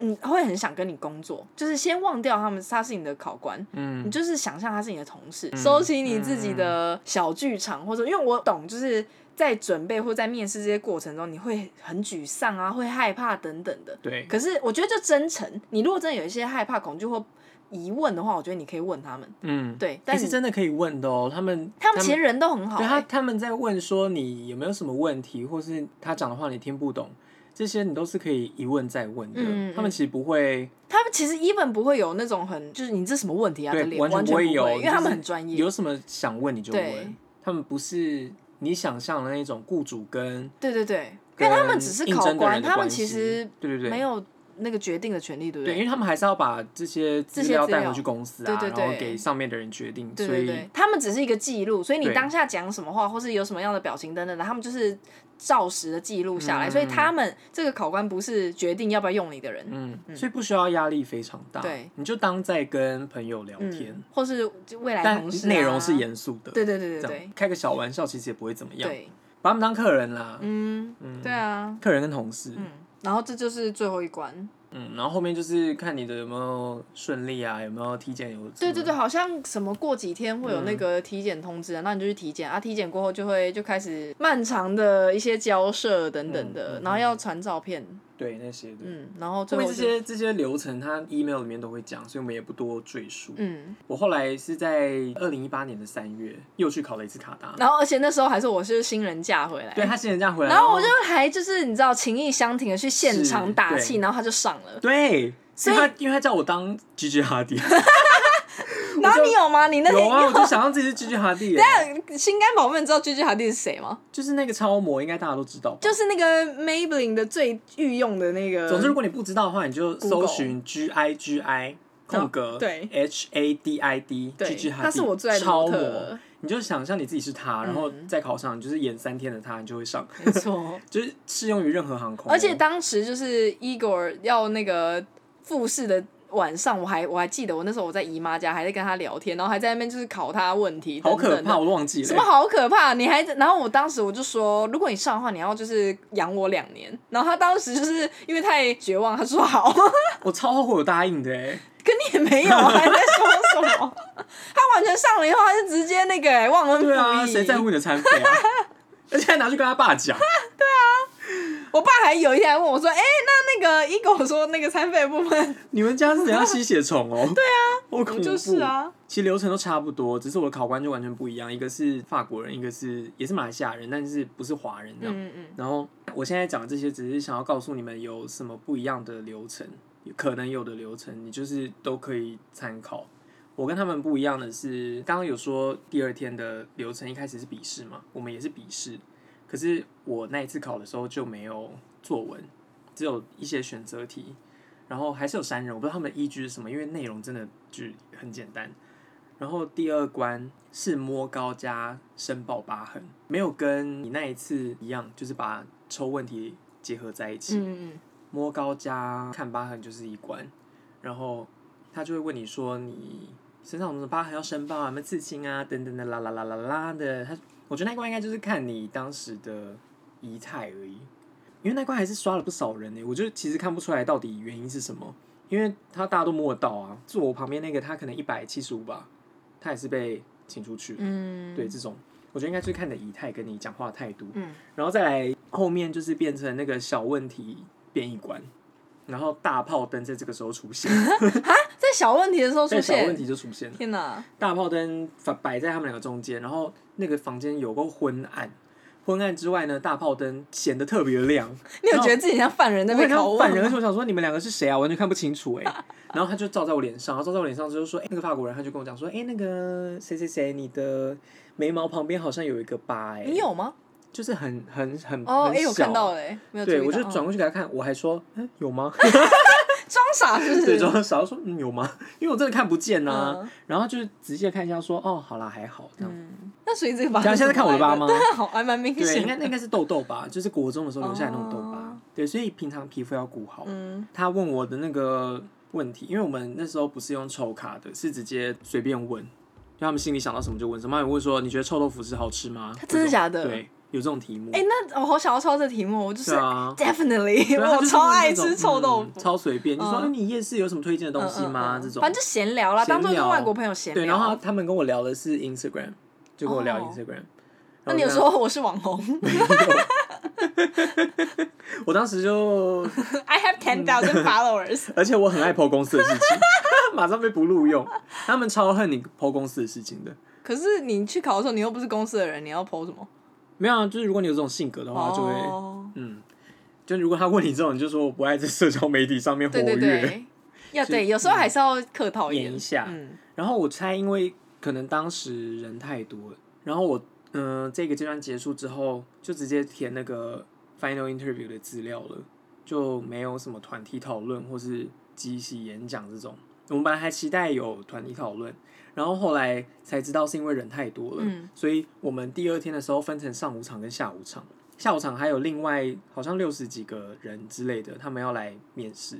Speaker 1: 嗯，会很想跟你工作，就是先忘掉他们，他是你的考官，你
Speaker 2: 嗯，
Speaker 1: 就是想象他是你的同事，收起你自己的小剧场，或者因为我懂，就是在准备或在面试这些过程中，你会很沮丧啊，会害怕等等的。
Speaker 2: 对，
Speaker 1: 可是我觉得就真诚，你如果真的有一些害怕、恐惧或疑问的话，我觉得你可以问他们。
Speaker 2: 嗯，
Speaker 1: 对，但
Speaker 2: 但
Speaker 1: 是
Speaker 2: 是真的可以问的哦，他们
Speaker 1: 他们其实人都很好、
Speaker 2: 对他
Speaker 1: 欸，
Speaker 2: 他们在问说你有没有什么问题，或是他讲的话你听不懂，这些你都是可以一问再问的。
Speaker 1: 嗯嗯
Speaker 2: 他们其实不会
Speaker 1: 他们其实 even 不会有那种很就是你这什么问题啊
Speaker 2: 对
Speaker 1: 的脸，
Speaker 2: 完全
Speaker 1: 完
Speaker 2: 不会有
Speaker 1: 因为他
Speaker 2: 就
Speaker 1: 们
Speaker 2: 是
Speaker 1: 很专业
Speaker 2: 有。什么想问你就
Speaker 1: 对
Speaker 2: 问，他们不是你想象的那种雇主跟
Speaker 1: 对对对，因
Speaker 2: 跟
Speaker 1: 为他们只是
Speaker 2: 应
Speaker 1: 考
Speaker 2: 征的
Speaker 1: 官，
Speaker 2: 人的
Speaker 1: 他们
Speaker 2: 关
Speaker 1: 其
Speaker 2: 系
Speaker 1: 实
Speaker 2: 对对对
Speaker 1: 没有那个决定的权利，对不
Speaker 2: 对，因
Speaker 1: 对？
Speaker 2: 为他们还是要把这些资
Speaker 1: 些
Speaker 2: 料
Speaker 1: 资
Speaker 2: 带
Speaker 1: 料
Speaker 2: 回去公司啊，
Speaker 1: 对对
Speaker 2: 然
Speaker 1: 对
Speaker 2: 后给上面的人决定。
Speaker 1: 对
Speaker 2: 所
Speaker 1: 对
Speaker 2: 以
Speaker 1: 对，他们只是一个记录，所以你
Speaker 2: 对
Speaker 1: 当下讲什么话，或是有什么样的表情等等的，他们就是照实的记录下来。
Speaker 2: 嗯
Speaker 1: 所以他们这个考官不是决定要不要用你的人，
Speaker 2: 嗯，所以不需要压力非常大，
Speaker 1: 对，
Speaker 2: 你就当在跟朋友聊天，
Speaker 1: 嗯，或是就未来
Speaker 2: 但
Speaker 1: 同事、啊、
Speaker 2: 内容是严肃的，
Speaker 1: 对对对
Speaker 2: 这
Speaker 1: 对
Speaker 2: 样
Speaker 1: 对
Speaker 2: 开个小玩笑其实也不会怎么样，
Speaker 1: 对，
Speaker 2: 把他们当客人啦，
Speaker 1: 嗯，对啊，
Speaker 2: 客人跟同事，
Speaker 1: 嗯，然后这就是最后一关。
Speaker 2: 嗯，然后后面就是看你的有没有顺利啊，有没有体检有，
Speaker 1: 对对对，，好像什么过几天会有
Speaker 2: 嗯
Speaker 1: 那个体检通知啊，那你就去体检啊，体检过后就会就开始漫长的一些交涉等等的，
Speaker 2: 嗯嗯
Speaker 1: 然后要传照片，
Speaker 2: 对那些的。
Speaker 1: 嗯，然后
Speaker 2: 后
Speaker 1: 最
Speaker 2: 面
Speaker 1: 后
Speaker 2: 这
Speaker 1: 就
Speaker 2: 些这些流程，它 email 里面都会讲，所以我们也不多赘述。
Speaker 1: 嗯，
Speaker 2: 我后来是在二零一八年的三月又去考了一次卡达，
Speaker 1: 然后而且那时候还是我是新人假回来，
Speaker 2: 对他新人这样回来，
Speaker 1: 然后我就还就是你知道情意相挺的去现场
Speaker 2: 是
Speaker 1: 打气，
Speaker 2: 对
Speaker 1: 然后他就上了，
Speaker 2: 对，
Speaker 1: 所以
Speaker 2: 因为他因为他叫我当 G G 哈迪，
Speaker 1: 然后你有吗？ 你那天
Speaker 2: 有啊，我就想让自己是 G G 哈迪耶，
Speaker 1: 但心肝宝贝，你知道 G G 哈蒂是谁吗？
Speaker 2: 就是那个超模，应该大家都知道吧。
Speaker 1: 就是那个 Maybelline 的最御用的那个，
Speaker 2: 总之，如果你不知道的话，你就搜
Speaker 1: 嗯 Google 哦
Speaker 2: 寻 G I G I 空格
Speaker 1: 对
Speaker 2: H A D I D
Speaker 1: 对
Speaker 2: G G 哈迪，
Speaker 1: 她是我最爱的
Speaker 2: 超
Speaker 1: 模特嗯
Speaker 2: 模，你就想象你自己是他，然后在考场你就是演三天的他，你就会上，
Speaker 1: 没错。
Speaker 2: 就是适用于任何航空哦，
Speaker 1: 而且当时就是 Igor 要那个复试的晚上，我还我还记得，我那时候我在姨妈家还在跟他聊天，然后还在那边就是考他问题，
Speaker 2: 好可
Speaker 1: 等等
Speaker 2: 怕，
Speaker 1: 的。
Speaker 2: 我都忘记
Speaker 1: 什么
Speaker 2: 了。欸
Speaker 1: 好可怕？你还然后我当时我就说，如果你上的话，你要就是养我两年。然后他当时就是因为太绝望，他说好， 可
Speaker 2: 我超后悔我答应的 哎，
Speaker 1: 你也没有啊，还在说什么？他完全上了以后，他就直接那个、欸、忘恩负义。
Speaker 2: 对啊，谁在乎你的残废啊？ 而且还拿去跟他爸讲，
Speaker 1: 我爸还有一天还问我说：“哎、那那个 Igor 说那个餐费的部分，
Speaker 2: 你们家是怎样吸血 虫哦？对 啊，我恐
Speaker 1: 我
Speaker 2: 怖。
Speaker 1: 就是 啊，
Speaker 2: 其实流程都差不多，只是我的考官就完全不一样，一个是法国人，一个是也是马来西亚人，但是不是华人这样。
Speaker 1: 嗯嗯，
Speaker 2: 然后我现在讲的这些，只是想要告诉你们有什么不一样的流程，可能有的流程你就是都可以参考。我跟他们不一样的是，刚刚有说第二天的流程一开始是笔试嘛，我们也是笔试，可是我那一次考的时候就没有作文，只有一些选择题，然后还是有删人，我不知道他们的依据是什么，因为内容真的就很简单。然后第二关是摸高加申报疤痕，没有跟你那一次一样，就是把抽问题结合在一起。
Speaker 1: 嗯嗯
Speaker 2: 摸高加看疤痕就是一关，然后他就会问你说你身上有什么疤痕要申报啊，有没有刺青啊等等的啦啦啦啦啦的。他我觉得那关应该就是看你当时的仪态而已，因为那关还是刷了不少人呢、欸我就其实看不出来到底原因是什么，因为他大家都摸得到啊。坐我旁边那个他可能一百七十五吧，他也是被请出去。
Speaker 1: 嗯，
Speaker 2: 对，这种我觉得应该就是看你的仪态跟你讲话的态度。
Speaker 1: 嗯，
Speaker 2: 然后再来后面就是变成那个小问题变异关，然后大炮灯在这个时候 出现，
Speaker 1: 在小问题的时候出
Speaker 2: 在小问
Speaker 1: 现，
Speaker 2: 题就出现了。
Speaker 1: 天哪，
Speaker 2: 大炮灯摆摆在他们两个中间，然后那个房间有够昏暗，昏暗之外呢，大炮灯显得特别亮。
Speaker 1: 你有
Speaker 2: 然后
Speaker 1: 觉得自己很像犯人在
Speaker 2: 我
Speaker 1: 被
Speaker 2: 看
Speaker 1: 拷
Speaker 2: 到
Speaker 1: 问？
Speaker 2: 犯人，而且我想说你们两个是谁啊？完全看不清楚哎、然后他就照在我脸上，然后照在我脸上之后说，哎、那个法国人他就跟我讲说，哎、那个谁谁谁，你的眉毛旁边好像有一个疤哎、
Speaker 1: 你有吗？
Speaker 2: 就是很很很
Speaker 1: 哦，
Speaker 2: 很
Speaker 1: 哎，我看
Speaker 2: 小
Speaker 1: 到了，哎，没有注意
Speaker 2: 对，
Speaker 1: 到
Speaker 2: 我就
Speaker 1: 哦
Speaker 2: 转过去给他看，我还说，嗯，有 吗？
Speaker 1: 装傻是不
Speaker 2: 对，
Speaker 1: 是？
Speaker 2: 然后小说，嗯，有吗？ 因为我真的看不见呐、啊
Speaker 1: 嗯
Speaker 2: 然后就是仔细地看一下，说，哦，好啦，还好这样。
Speaker 1: 嗯，那所以这个疤
Speaker 2: 等
Speaker 1: 是
Speaker 2: 一下现在看我的
Speaker 1: 怎么
Speaker 2: 疤吗
Speaker 1: 来对，好，还蛮明
Speaker 2: 对，
Speaker 1: 显
Speaker 2: 应该
Speaker 1: 的。
Speaker 2: 那应该是痘痘吧，就是国中的时候留下来那种痘疤。
Speaker 1: 哦
Speaker 2: 对，所以平常皮肤要顾好。
Speaker 1: 嗯，
Speaker 2: 他问我的那个问题，因为我们那时候不是用抽卡的，是直接随便问，就他们心里想到什么就问什么。他们问说你觉得臭豆腐是好吃吗？
Speaker 1: 真的假的
Speaker 2: 这种对，有这种题目。
Speaker 1: 哎、那我好想要抄这题目，我就是
Speaker 2: 对啊，
Speaker 1: definitely，
Speaker 2: 对啊他
Speaker 1: 我
Speaker 2: 就是
Speaker 1: 超
Speaker 2: 问
Speaker 1: 爱
Speaker 2: 那种
Speaker 1: 吃臭豆腐
Speaker 2: 嗯。超随便。你说
Speaker 1: 嗯
Speaker 2: 哎你夜市有什么推荐的东西吗？
Speaker 1: 嗯嗯嗯
Speaker 2: 这种
Speaker 1: 反正就闲聊啦，
Speaker 2: 闲
Speaker 1: 当做跟
Speaker 2: 聊
Speaker 1: 外国朋友闲聊。
Speaker 2: 对，然后他他们跟我聊的是 Instagram，就跟我聊
Speaker 1: 哦
Speaker 2: Instagram。
Speaker 1: 那你有
Speaker 2: 然后
Speaker 1: 说我是网红
Speaker 2: 这样我当时就，
Speaker 1: ？I have ten
Speaker 2: 嗯
Speaker 1: thousand followers。
Speaker 2: 而且我很爱剖公司的事情， 马上被不录用。他们超恨你剖公司的事情的。
Speaker 1: 可是你去考的时候，你又不是公司的人，你要 PO 什么？
Speaker 2: 没有啊，就是如果你有这种性格的话，就会、
Speaker 1: 哦，
Speaker 2: 嗯，就如果他问你这种，你就说我不爱在社交媒体上面活
Speaker 1: 对
Speaker 2: 跃。
Speaker 1: 对 对，要
Speaker 2: 是
Speaker 1: 对，有时候还是要客套一
Speaker 2: 演一
Speaker 1: 点。
Speaker 2: 下。
Speaker 1: 嗯，
Speaker 2: 然后我猜，因为可能当时人太多了，然后我嗯、呃这个阶段结束之后，就直接填那个 final interview 的资料了，就没有什么团体讨论或是即席演讲这种。我们本来还期待有团体讨论，然后后来才知道是因为人太多了，
Speaker 1: 嗯
Speaker 2: 所以我们第二天的时候分成上午场跟下午场。下午场还有另外好像六十几个人之类的，他们要来面试，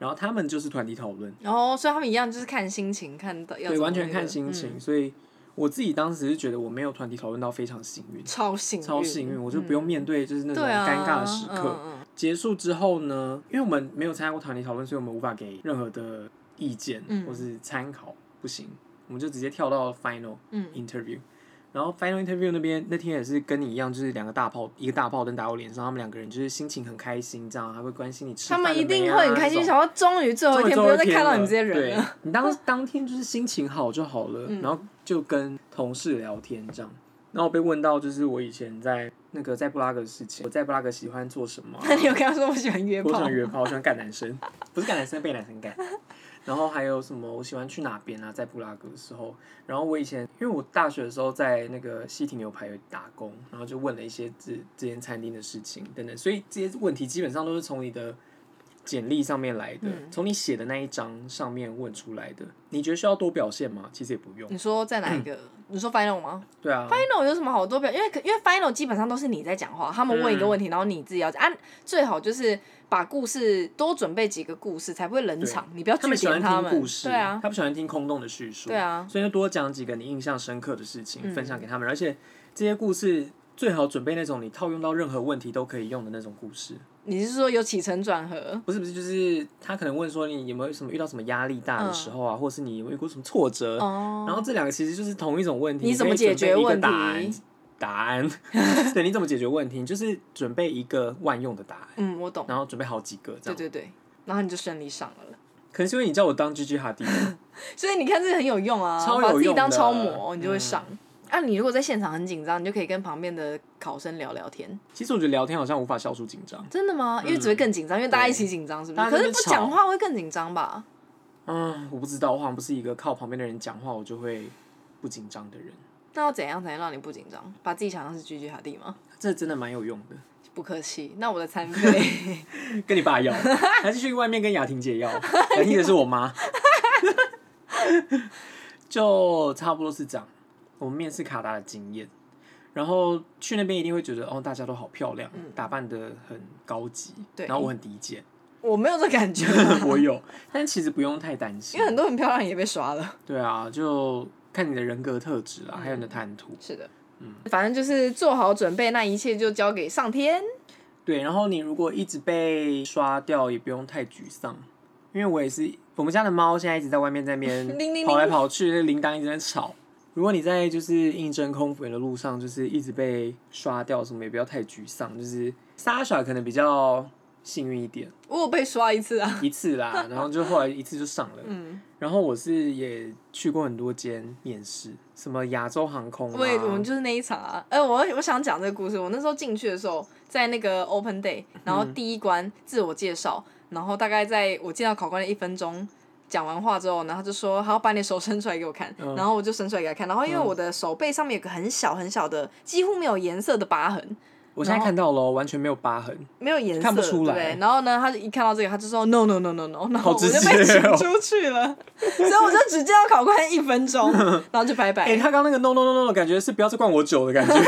Speaker 2: 然后他们就是团体讨论，
Speaker 1: 然后所以他们一样就是看心情，看到要怎
Speaker 2: 对，
Speaker 1: 么
Speaker 2: 完
Speaker 1: 那
Speaker 2: 全
Speaker 1: 个
Speaker 2: 看心情。
Speaker 1: 嗯
Speaker 2: 所以我自己当时是觉得我没有团体讨论到非常幸运，
Speaker 1: 嗯超幸运，
Speaker 2: 超幸运，我就不用面对就是那
Speaker 1: 嗯
Speaker 2: 种
Speaker 1: 对啊
Speaker 2: 尴尬的时刻。
Speaker 1: 嗯嗯
Speaker 2: 结束之后呢，因为我们没有参加过团体讨论，所以我们无法给任何的意见
Speaker 1: 嗯
Speaker 2: 或是参考，不行，我们就直接跳到 final
Speaker 1: 嗯
Speaker 2: interview。然后 final interview 那边那天也是跟你一样，就是两个大炮，一个大炮灯打我脸上，他们两个人就是心情很开心，这样还会关心你吃
Speaker 1: 他
Speaker 2: 饭了没啊。
Speaker 1: 们一定会很开
Speaker 2: 这
Speaker 1: 心，
Speaker 2: 种
Speaker 1: 想要终于最后一天不用再看到你这些人了。
Speaker 2: 对，你当当天就是心情好就好了，
Speaker 1: 嗯
Speaker 2: 然后就跟同事聊天这样。然后被问到就是我以前在那个在布拉格的事情，我在布拉格喜欢做什么啊、
Speaker 1: 那 你有跟他说我喜欢约
Speaker 2: 我喜
Speaker 1: 炮
Speaker 2: 欢？约炮，我喜欢干男生，不是干男生被男生干。然后还有什么？我喜欢去哪边啊？在布拉格的时候，然后我以前因为我大学的时候在那个西提牛排有打工，然后就问了一些这这间餐厅的事情等等，所以这些问题基本上都是从你的简历上面来的，
Speaker 1: 嗯
Speaker 2: 从你写的那一张上面问出来的。你觉得需要多表现吗？其实也不用
Speaker 1: 你。说在 哪一个？你说 final 吗
Speaker 2: 对啊，
Speaker 1: ？final 有什么好多表？因为因为 final 基本上都是你在讲话，他们问一
Speaker 2: 嗯
Speaker 1: 个问题，然后你自己要讲啊，最好就是把故事多准备几个故事，才不会冷场。你不要
Speaker 2: 他
Speaker 1: 拒
Speaker 2: 们喜欢
Speaker 1: 点他
Speaker 2: 听
Speaker 1: 们。
Speaker 2: 故事，
Speaker 1: 对啊，
Speaker 2: 他不喜欢听空洞的叙述，
Speaker 1: 对啊
Speaker 2: 所以就多讲几个你印象深刻的事情、
Speaker 1: 嗯
Speaker 2: 分享给他们，而且这些故事最好准备那种你套用到任何问题都可以用的那种故事，
Speaker 1: 你是说有起承转合？
Speaker 2: 不是不是，就是他可能问说你有没有什么遇到什么压力大的时候啊，或者是你有没有遇过什么挫折，呃然
Speaker 1: 嗯哦，
Speaker 2: 后这两个其实就是同一种问题，
Speaker 1: 你怎么
Speaker 2: 可以准
Speaker 1: 解决
Speaker 2: 备一个
Speaker 1: 问题
Speaker 2: 答案，答案， 对，你怎么解决问题？你就是准备一个万用的答案，
Speaker 1: 嗯，我懂。
Speaker 2: 然后准备好几个
Speaker 1: 对
Speaker 2: 这样。
Speaker 1: 对对，然后你就顺利上了。
Speaker 2: 可能是因为你叫我当 G G 哈迪，
Speaker 1: 所以你看这个很有用啊，
Speaker 2: 超有
Speaker 1: 把自己
Speaker 2: 用
Speaker 1: 当
Speaker 2: 的嗯
Speaker 1: 超模，你就会上。啊，你如果在现场很紧张，你就可以跟旁边的考生聊聊天。
Speaker 2: 其实我觉得聊天好像无法消除紧张。
Speaker 1: 真的吗？因为只会更紧张，因为大家一起紧张，是不
Speaker 2: 嗯大
Speaker 1: 是？
Speaker 2: 家
Speaker 1: 可
Speaker 2: 在那
Speaker 1: 是
Speaker 2: 边
Speaker 1: 不讲话会更紧张吧？
Speaker 2: 嗯，我不知道，我好像不是一个靠旁边的人讲话我就会不紧张的人，
Speaker 1: 那要怎样才能让你不紧张？把自己想象是居居哈蒂吗？
Speaker 2: 这真的蛮有用的。
Speaker 1: 不客气，那我的餐费
Speaker 2: 跟你爸要，还是去外面跟雅婷姐要？雅婷姐是我妈， 就差不多是这样。我们面试卡达的经验，然后去那边一定会觉得哦，大家都好漂亮，打扮的很高级，
Speaker 1: 对
Speaker 2: 然后我很低贱，
Speaker 1: 我没有这感觉，
Speaker 2: 我有，但其实不用太担心
Speaker 1: 因为，很多很漂亮也被刷了。
Speaker 2: 对啊，就看你的人格特质啦，还有你的谈吐。
Speaker 1: 是的，嗯，反正就是做好准备，那一切就交给上天。
Speaker 2: 对，然后你如果一直被刷掉，也不用太沮丧，因为我也是，我们家的猫现在一直在外面在那
Speaker 1: 铃铃
Speaker 2: 边跑来跑去，那铃铛一直在吵。如果你在就是应征空服员的路上，就是一直被刷掉什么，也不要太沮丧。就是莎莎可能比较幸运一点，
Speaker 1: 我有被刷一次啊，
Speaker 2: 一次啦，然后就后来一次就上了。
Speaker 1: 嗯，
Speaker 2: 然后我是也去过很多间面试，什么亚洲航空、啊，
Speaker 1: 我也我们就是那一场啊。呃，我我想讲这个故事。我那时候进去的时候，在那个 open day，然
Speaker 2: 嗯
Speaker 1: 后第一关自我介绍，然后大概在我见到考官的一分钟。讲完话之后，然后他就说：“好，把你的手伸出来给我看。
Speaker 2: 嗯
Speaker 1: 然后我就伸出来给他看。然后因为
Speaker 2: 嗯
Speaker 1: 我的手背上面有个很小很小的，几乎没有颜色的疤痕，
Speaker 2: 我现在看到了，完全没有疤痕。
Speaker 1: 没有颜色，
Speaker 2: 看不出来
Speaker 1: 对对然后呢，他就一看到这个，他就说 no no no no no，然后
Speaker 2: 好
Speaker 1: 我
Speaker 2: 直
Speaker 1: 就
Speaker 2: 接
Speaker 1: 被 请
Speaker 2: 哦
Speaker 1: 出去了，所以我就只见到考官一 分钟，然后就拜拜。
Speaker 2: 哎、他刚那个 no no no no 的感觉是不要再灌我酒的感觉。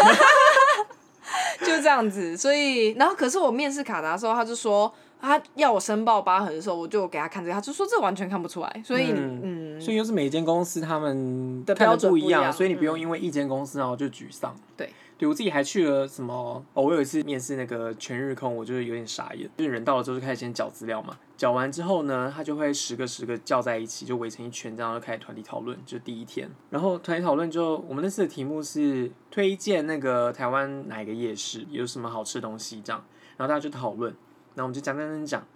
Speaker 1: 就这样子。所以，然后可是我面试卡达的时候，他就说他要我申报疤痕的时候，我就给他看这个，他就说这完全看不出来。所以，嗯，
Speaker 2: 所以又是每一间公司他们
Speaker 1: 的
Speaker 2: 看
Speaker 1: 标
Speaker 2: 的
Speaker 1: 准
Speaker 2: 不
Speaker 1: 不
Speaker 2: 一
Speaker 1: 一
Speaker 2: 样，
Speaker 1: 样
Speaker 2: 所以你不用
Speaker 1: 嗯
Speaker 2: 因为一间公司然后就沮丧。
Speaker 1: 对，
Speaker 2: 对我自己还去了什么？哦，我有一次面试那个全日空，我就是有点傻眼，就是人到了之后就开始先缴资料嘛，缴完之后呢，他就会十个十个叫在一起，就围成一圈，这样就开始团体讨论，就第一天。然后团体讨论就我们那次的题目是推荐那个台湾哪一个夜市有什么好吃的东西这样，然后大家就讨论，然后我们就讲讲讲讲，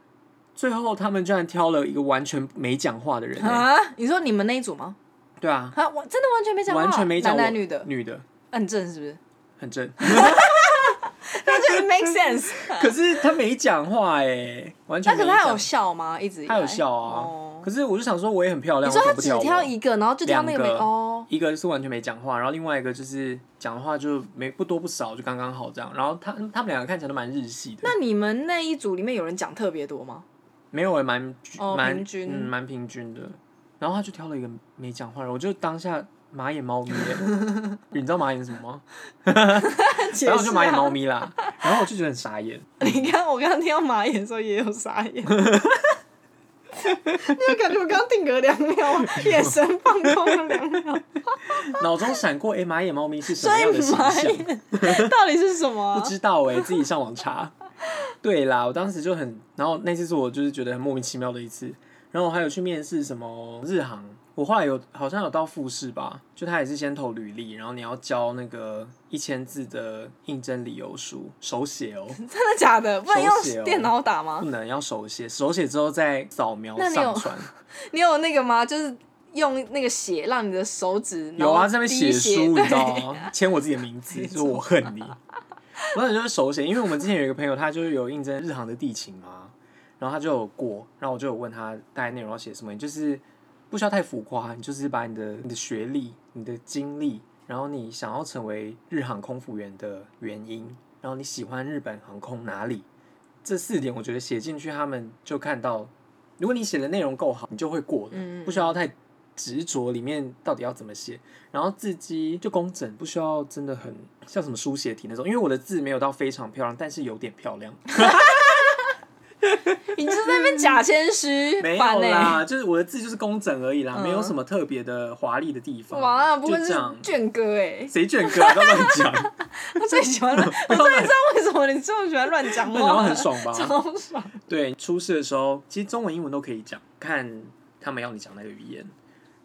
Speaker 2: 最后他们居然挑了一个完全没讲话的人、欸，
Speaker 1: 啊，你说你们那一组吗？
Speaker 2: 对啊，
Speaker 1: 啊，我真的完全没讲话，
Speaker 2: 完全没讲
Speaker 1: 男
Speaker 2: 我
Speaker 1: 男女的，
Speaker 2: 女的
Speaker 1: 啊很正是不是？
Speaker 2: 很正，
Speaker 1: 那就 it make sense。
Speaker 2: 可是他没讲话哎、完 全
Speaker 1: 那
Speaker 2: 没
Speaker 1: 可
Speaker 2: 讲。
Speaker 1: 是他有笑吗？一直以来
Speaker 2: 他有笑啊，
Speaker 1: 哦
Speaker 2: 可是我就想说我也很漂亮，
Speaker 1: 你说
Speaker 2: 为什
Speaker 1: 他
Speaker 2: 么不
Speaker 1: 只
Speaker 2: 挑我
Speaker 1: 挑一个，然后就挑那个没
Speaker 2: 两个
Speaker 1: 哦，
Speaker 2: 一个是完全没讲话，然后另外一个就是讲话就没不多不少，就刚刚好这样。然后他他们两个看起来都蛮日系的，
Speaker 1: 那你们那一组里面有人讲特别多吗？
Speaker 2: 没有也欸蛮均
Speaker 1: 哦
Speaker 2: 蛮
Speaker 1: 平均
Speaker 2: 嗯蛮平均的。然后他就挑了一个没讲话的，我就当下马眼猫咪耶、 你知道马眼是什么吗？
Speaker 1: 啊
Speaker 2: 然后我就马眼猫咪啦，然后我就觉得很傻眼。
Speaker 1: 你看我刚刚听到马眼的时候也有傻 眼，你有感觉我刚刚定格两秒，啊眼神放空了两 秒，
Speaker 2: 脑中闪过，哎、马眼猫咪是什
Speaker 1: 所
Speaker 2: 么样的
Speaker 1: 以
Speaker 2: 形
Speaker 1: 马
Speaker 2: 象？
Speaker 1: 眼到底是什么啊、
Speaker 2: 不知道哎、自己上网查。 对啦，我当时就很，然后那次是我就是觉得很莫名其妙的一次。然后我还有去面试什么日航，我后来有好像有到复试吧，就他也是先投履历，然后你要交那个一千字的应征理由书，手写哦，
Speaker 1: 真的假的？不能
Speaker 2: 手写
Speaker 1: 用
Speaker 2: 哦
Speaker 1: 电脑打吗
Speaker 2: 不？能要手写，手写之后再扫描
Speaker 1: 那你有
Speaker 2: 上传。
Speaker 1: 你有那个吗？就是用那个血让你的手指
Speaker 2: 有啊，
Speaker 1: 然后
Speaker 2: 上面
Speaker 1: 滴
Speaker 2: 写书，你
Speaker 1: 对
Speaker 2: 知道吗？签我自己的名字，说我恨你。我当时就是手写，因为我们之前有一个朋友，他就是有应征日航的地勤嘛，然后他就有过，然后我就有问他大概内容要写什么，你就是不需要太浮夸，你就是把你的你的学历、你的经历，然后你想要成为日航空服员的原因，然后你喜欢日本航空哪里，这四点我觉得写进去，他们就看到，如果你写的内容够好，你就会过的，
Speaker 1: 嗯嗯
Speaker 2: 不需要太执着里面到底要怎么写，然后字迹就工整，不需要真的很像什么书写体那种，因为我的字没有到非常漂亮，但是有点漂 亮，
Speaker 1: 你就是在那边假谦虚，
Speaker 2: 嗯没
Speaker 1: 烦
Speaker 2: 有
Speaker 1: 欸
Speaker 2: 啦，就是我的字就是工整而已啦，
Speaker 1: 嗯
Speaker 2: 没有什么特别的华丽的地方，
Speaker 1: 哇，不
Speaker 2: 就
Speaker 1: 过是
Speaker 2: 这样。
Speaker 1: 卷哥哎，
Speaker 2: 谁卷哥？不要乱讲，
Speaker 1: 我最喜欢乱，我终于知道为什么你这么喜欢乱讲
Speaker 2: 那讲话
Speaker 1: 话，
Speaker 2: 很爽 啊吧？
Speaker 1: 超爽。
Speaker 2: 对，出事的时候，其实中文、英文都可以讲，看他们要你讲那个语言。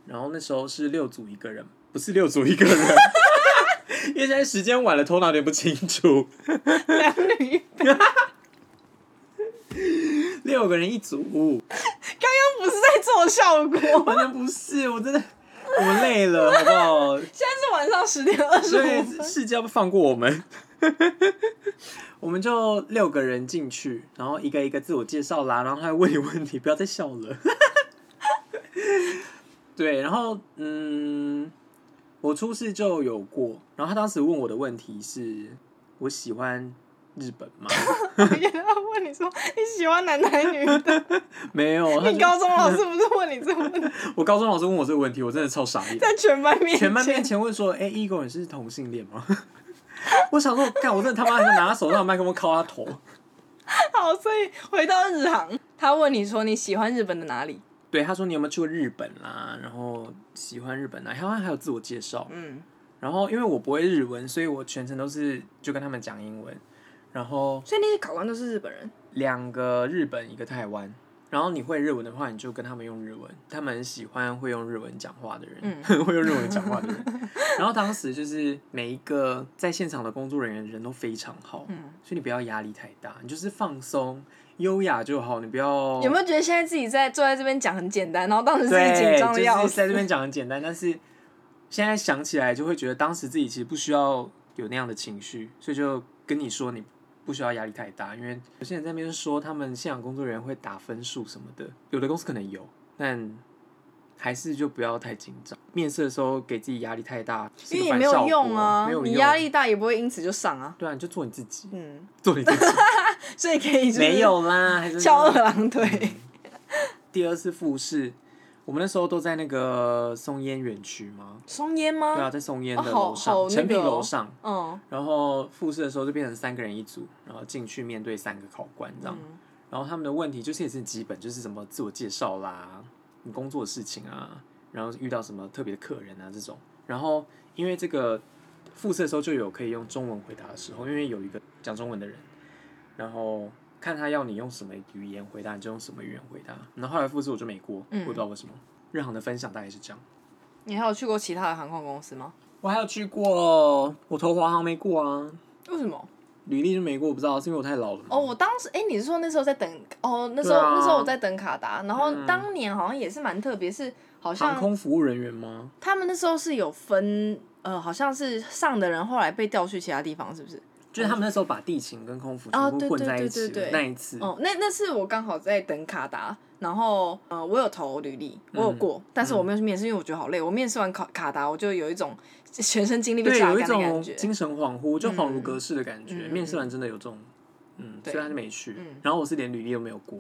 Speaker 2: 然后那时候是六组一个人，不是六组一 个人，因为现在时间晚了，头脑有点不清楚。
Speaker 1: 两女一杯，
Speaker 2: 六个人一组，
Speaker 1: 不是在做效果，
Speaker 2: 完全不是，我真的我累 了，好不好？
Speaker 1: 现在是晚上十点二十
Speaker 2: 所
Speaker 1: 五
Speaker 2: 以
Speaker 1: 分。
Speaker 2: 世界要不放过我们，我们就六个人进去，然后一个一个自我介绍啦，然后他还问你问题，不要再笑 了。对，然后嗯，我初试就有过，然后他当时问我的问题是：我喜欢日本 吗？
Speaker 1: 我原来问你说你喜欢男男女
Speaker 2: 啊
Speaker 1: 的，
Speaker 2: 没有，他
Speaker 1: 你
Speaker 2: 就
Speaker 1: 高中老师不是问你这个问题，
Speaker 2: 我高中老师问我这个问题，我真的超傻眼。
Speaker 1: 在 全班面前，
Speaker 2: 全班面前问说：“哎、一狗你是同性恋吗？” 我想说，干，我真的他妈的拿手上的麦克风敲他头。
Speaker 1: 好，所以回到日航，他问你说你喜欢日本的哪里？
Speaker 2: 对，他说你有没有去过日本啦？然后喜欢日本啦，台湾还有自我介绍。
Speaker 1: 嗯，
Speaker 2: 然后因为我不会日文，所以我全程都是就跟他们讲英文。然后
Speaker 1: 所以那些考官都是日本人，
Speaker 2: 两个日本，一个台湾。然后你会日文的话，你就跟他们用日文。他们很喜欢会用日文讲话的人，
Speaker 1: 嗯
Speaker 2: 会用日文讲话的人。然后当时就是每一个在现场的工作人员人都非常好，
Speaker 1: 嗯
Speaker 2: 所以你不要压力太大，你就是放松、优雅就好，你不要
Speaker 1: 有没有觉得现在自己在坐在这边讲很简单，然后当 时自己
Speaker 2: 对，
Speaker 1: 紧张的要
Speaker 2: 就是在这
Speaker 1: 死？
Speaker 2: 边讲很简单，但是现在想起来就会觉得当时自己其实不需要有那样的情绪，所以就跟你说你不需要压力太大，因为有些人在那边说他们现场工作人员会打分数什么的，有的公司可能有，但。还是就不要太紧张，面试的时候给自己压力太大，是
Speaker 1: 因为
Speaker 2: 个
Speaker 1: 也
Speaker 2: 反
Speaker 1: 没有
Speaker 2: 效
Speaker 1: 用
Speaker 2: 果
Speaker 1: 啊
Speaker 2: 没有，
Speaker 1: 你
Speaker 2: 用
Speaker 1: 压力大也不会因此就上啊。
Speaker 2: 对啊，你就做你自己，
Speaker 1: 嗯，
Speaker 2: 做你自 己，
Speaker 1: 所以可以就是
Speaker 2: 没有啦，还是
Speaker 1: 翘二郎腿。
Speaker 2: 第二次复试，我们那时候都在那个松烟园区吗？
Speaker 1: 松烟吗？
Speaker 2: 对啊，在松烟
Speaker 1: 哦
Speaker 2: 的
Speaker 1: 好
Speaker 2: 楼上，
Speaker 1: 好那
Speaker 2: 成品
Speaker 1: 个哦
Speaker 2: 楼上。
Speaker 1: 嗯，
Speaker 2: 然后复试的时候就变成三个人一组，然后进去面对三个考官这样。
Speaker 1: 嗯
Speaker 2: 然后他们的问题就是也是很基本，就是什么自我介绍啦，你工作的事情啊，然后遇到什么特别的客人啊这种。然后因为这个复试的时候就有可以用中文回答的时候，因为有一个讲中文的人，然后看他要你用什么语言回答，你就用什么语言回答。然后后来复试我就没过，我
Speaker 1: 嗯
Speaker 2: 也不知道为什么。日航的分享大概是这样。
Speaker 1: 你还有去过其他的航空公司吗？
Speaker 2: 我还有去过，我投华航没过啊，
Speaker 1: 为什么？
Speaker 2: 履历就没过，我不知道是因为我太老了吗
Speaker 1: 哦，我当时哎、你是说那时候在等哦？那时候、
Speaker 2: 对啊
Speaker 1: 那时候我在等卡达，然后
Speaker 2: 嗯
Speaker 1: 当年好像也是蛮特别，是好
Speaker 2: 航
Speaker 1: 像
Speaker 2: 空服务人员吗？
Speaker 1: 他们那时候是有分，呃，好像是上的人后来被调去其他地方，是不是？
Speaker 2: 就是他们那时候把地勤跟空服
Speaker 1: 啊
Speaker 2: 全部混在一
Speaker 1: 对
Speaker 2: 起
Speaker 1: 对对对对
Speaker 2: 的那一次，
Speaker 1: 哦，那那是我刚好在等卡达，然后呃，我有投履历，我
Speaker 2: 嗯
Speaker 1: 有过，但是我没有去面试，因为我觉得好累。我面试完卡卡达，我就有一种 全身精力被
Speaker 2: 对，
Speaker 1: 榨
Speaker 2: 有一
Speaker 1: 干的感
Speaker 2: 种
Speaker 1: 觉。
Speaker 2: 精神恍惚，就恍如隔世的感觉。
Speaker 1: 嗯嗯
Speaker 2: 面试完真的有这种，嗯，
Speaker 1: 对
Speaker 2: 所以他就没去
Speaker 1: 嗯。
Speaker 2: 然后我是连履历都没有过，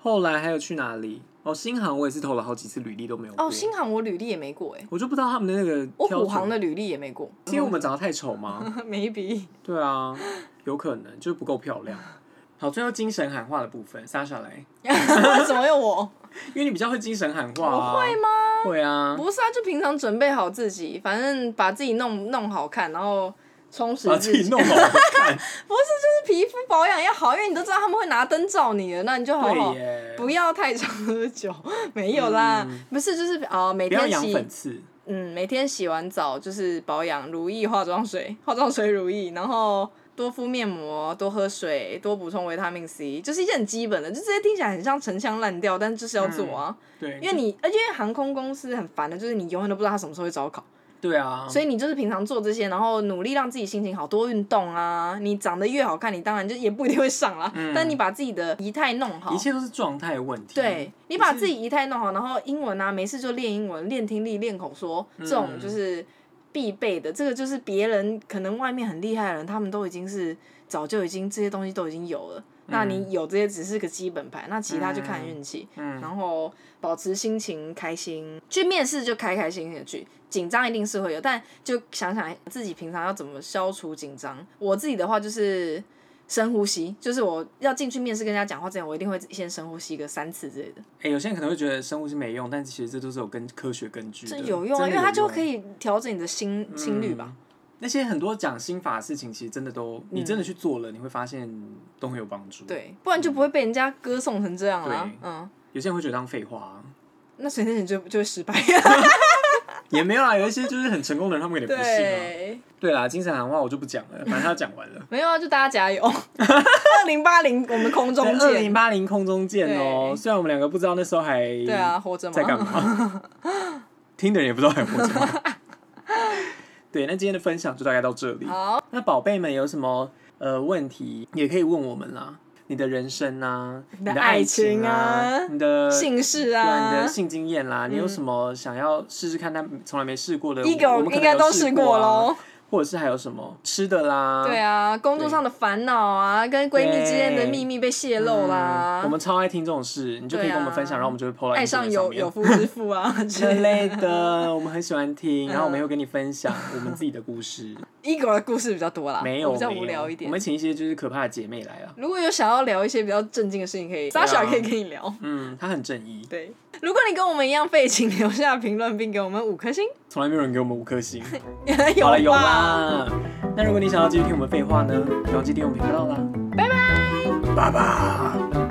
Speaker 2: 后来还有去哪里？哦，新航我也是投了好几次履历都没有过。
Speaker 1: 哦，新航我履历也没过哎、
Speaker 2: 我就不知道他们的那个
Speaker 1: 我
Speaker 2: 挑
Speaker 1: 虎航
Speaker 2: 准，
Speaker 1: 的履历也没过，嗯
Speaker 2: 是因为我们长得太丑吗？
Speaker 1: maybe
Speaker 2: 对啊，有可能就是不够漂亮。好，最后精神喊话的部分，Sasha 来，
Speaker 1: 为什么有我？
Speaker 2: 因为你比较会精神喊话、啊。
Speaker 1: 我会吗？
Speaker 2: 会啊，
Speaker 1: 不是啊，就平常准备好自己，反正把自己弄弄好看，然后充实
Speaker 2: 把
Speaker 1: 自
Speaker 2: 自
Speaker 1: 己。
Speaker 2: 己弄 好看。
Speaker 1: 不是，就是皮肤保养要好，因为你都知道他们会拿灯照你的，那你就好好
Speaker 2: 对耶，嗯
Speaker 1: 不要太常喝酒，没有啦，不是就是啊、呃每
Speaker 2: 不要
Speaker 1: 天
Speaker 2: 养
Speaker 1: 洗
Speaker 2: 粉刺。
Speaker 1: 嗯每天洗完澡就是保养如意化妆水，化妆水如意，然后。多敷面膜，多喝水，多补充维他命 C，就是一些很基本的，就这些听起来很像陈腔滥调，但就是要做啊。
Speaker 2: 对，
Speaker 1: 因为你，而且因为航空公司很烦的，就是你永远都不知道他什么时候会招考，
Speaker 2: 对啊，
Speaker 1: 所以你就是平常做这些，然后努力让自己心情好，多运动啊。你长得越好看，你当然就也不一定会上啦。但你把自己的仪态弄好
Speaker 2: 一，切都是状态问题。
Speaker 1: 对你把自己仪态弄好，然后英文啊，没事就练英文，练听力，练口说，这种就是必备的。这个就是别人可能外面很厉害的人，他们都已经是早就已经这些东西都已经有了。那你有这些只是个基本盘，那其他就看运气。
Speaker 2: 嗯
Speaker 1: 然后保持心情开心，去面试就开开心心的去，紧张一定是会有，但就想想自己平常要怎么消除紧张。我自己的话就是深呼吸，就是我要进去面试跟人家讲话之前，我一定会先深呼吸个三次之类的，
Speaker 2: 哎、有些人可能会觉得生物是没用，但其实这都是有根科学根据的，
Speaker 1: 这有用啊，
Speaker 2: 真
Speaker 1: 因
Speaker 2: 的
Speaker 1: 为它
Speaker 2: 有
Speaker 1: 就
Speaker 2: 用嗯
Speaker 1: 可以调整你的心心率吧。
Speaker 2: 那些很多讲心法的事情，其实真的都，你真的去做了，你会发现都很有帮助。，
Speaker 1: 嗯对，不然就不会被人家歌颂成这样啦
Speaker 2: 对。
Speaker 1: 嗯，
Speaker 2: 有些人会觉得当废话、啊，
Speaker 1: 那所以那你就就会失败。
Speaker 2: 也没有啦，有一些就是很成功的人，他们有点不信啊。
Speaker 1: 对，
Speaker 2: 对啦，精神喊话我就不讲 了，反正他讲完了。
Speaker 1: 没有啊，就大家加 油。二零八零，我们空中
Speaker 2: 在二零
Speaker 1: 见。
Speaker 2: 八零空中见哦、
Speaker 1: 对
Speaker 2: 虽然我们两个不知道那时候还
Speaker 1: 对啊，活着吗？
Speaker 2: 在干嘛， 听的人也不知道还活着吗。对，那今天的分享就大概到这里。
Speaker 1: 好，
Speaker 2: 那宝贝们有什么呃问题也可以问我们啦，你的人生啊，
Speaker 1: 你
Speaker 2: 你
Speaker 1: 的
Speaker 2: 的
Speaker 1: 爱
Speaker 2: 爱
Speaker 1: 情
Speaker 2: 情
Speaker 1: 啊
Speaker 2: 啊，你的
Speaker 1: 姓氏
Speaker 2: 对啊，
Speaker 1: 啊，
Speaker 2: 你的性经验啦，你有什么想要试试看但从来没试过的？
Speaker 1: 一个
Speaker 2: 我
Speaker 1: 我
Speaker 2: 们可
Speaker 1: 应
Speaker 2: 能
Speaker 1: 该
Speaker 2: 有
Speaker 1: 都
Speaker 2: 试
Speaker 1: 试过
Speaker 2: 啊，
Speaker 1: 喽。
Speaker 2: 或者是还有什么吃的啦？
Speaker 1: 对啊，工作上的烦恼啊，跟闺蜜之间的秘密被泄露啦
Speaker 2: 嗯，我们超爱听这种事，你就可以跟我们分享，
Speaker 1: 对啊
Speaker 2: 然后我们就会 PO 到
Speaker 1: 爱
Speaker 2: Instagram
Speaker 1: 上
Speaker 2: 上
Speaker 1: 有
Speaker 2: 面
Speaker 1: 有夫之妇 啊之
Speaker 2: 之
Speaker 1: 类的。
Speaker 2: 类的，我们很喜欢听，然后我们也会跟你分享我们自己的故事。
Speaker 1: 一狗的故事比较多啦，
Speaker 2: 没有，
Speaker 1: 我比较
Speaker 2: 没有
Speaker 1: 无聊一
Speaker 2: 我
Speaker 1: 点
Speaker 2: 们。请一些就是可怕的姐妹来啊，
Speaker 1: 如果有想要聊一些比较正经的事情，可以
Speaker 2: 对啊
Speaker 1: Sasha 可以跟你聊。
Speaker 2: 嗯，她很 正义，
Speaker 1: 对，如果你跟我们一样废，请留下评论并给我们五颗星，
Speaker 2: 从来没有人给我们五颗星。好
Speaker 1: 有
Speaker 2: 了，有
Speaker 1: 吧？
Speaker 2: 啦。那如果你想要继续听我们废话呢，不要记得订阅我们频道啦。拜拜，拜拜。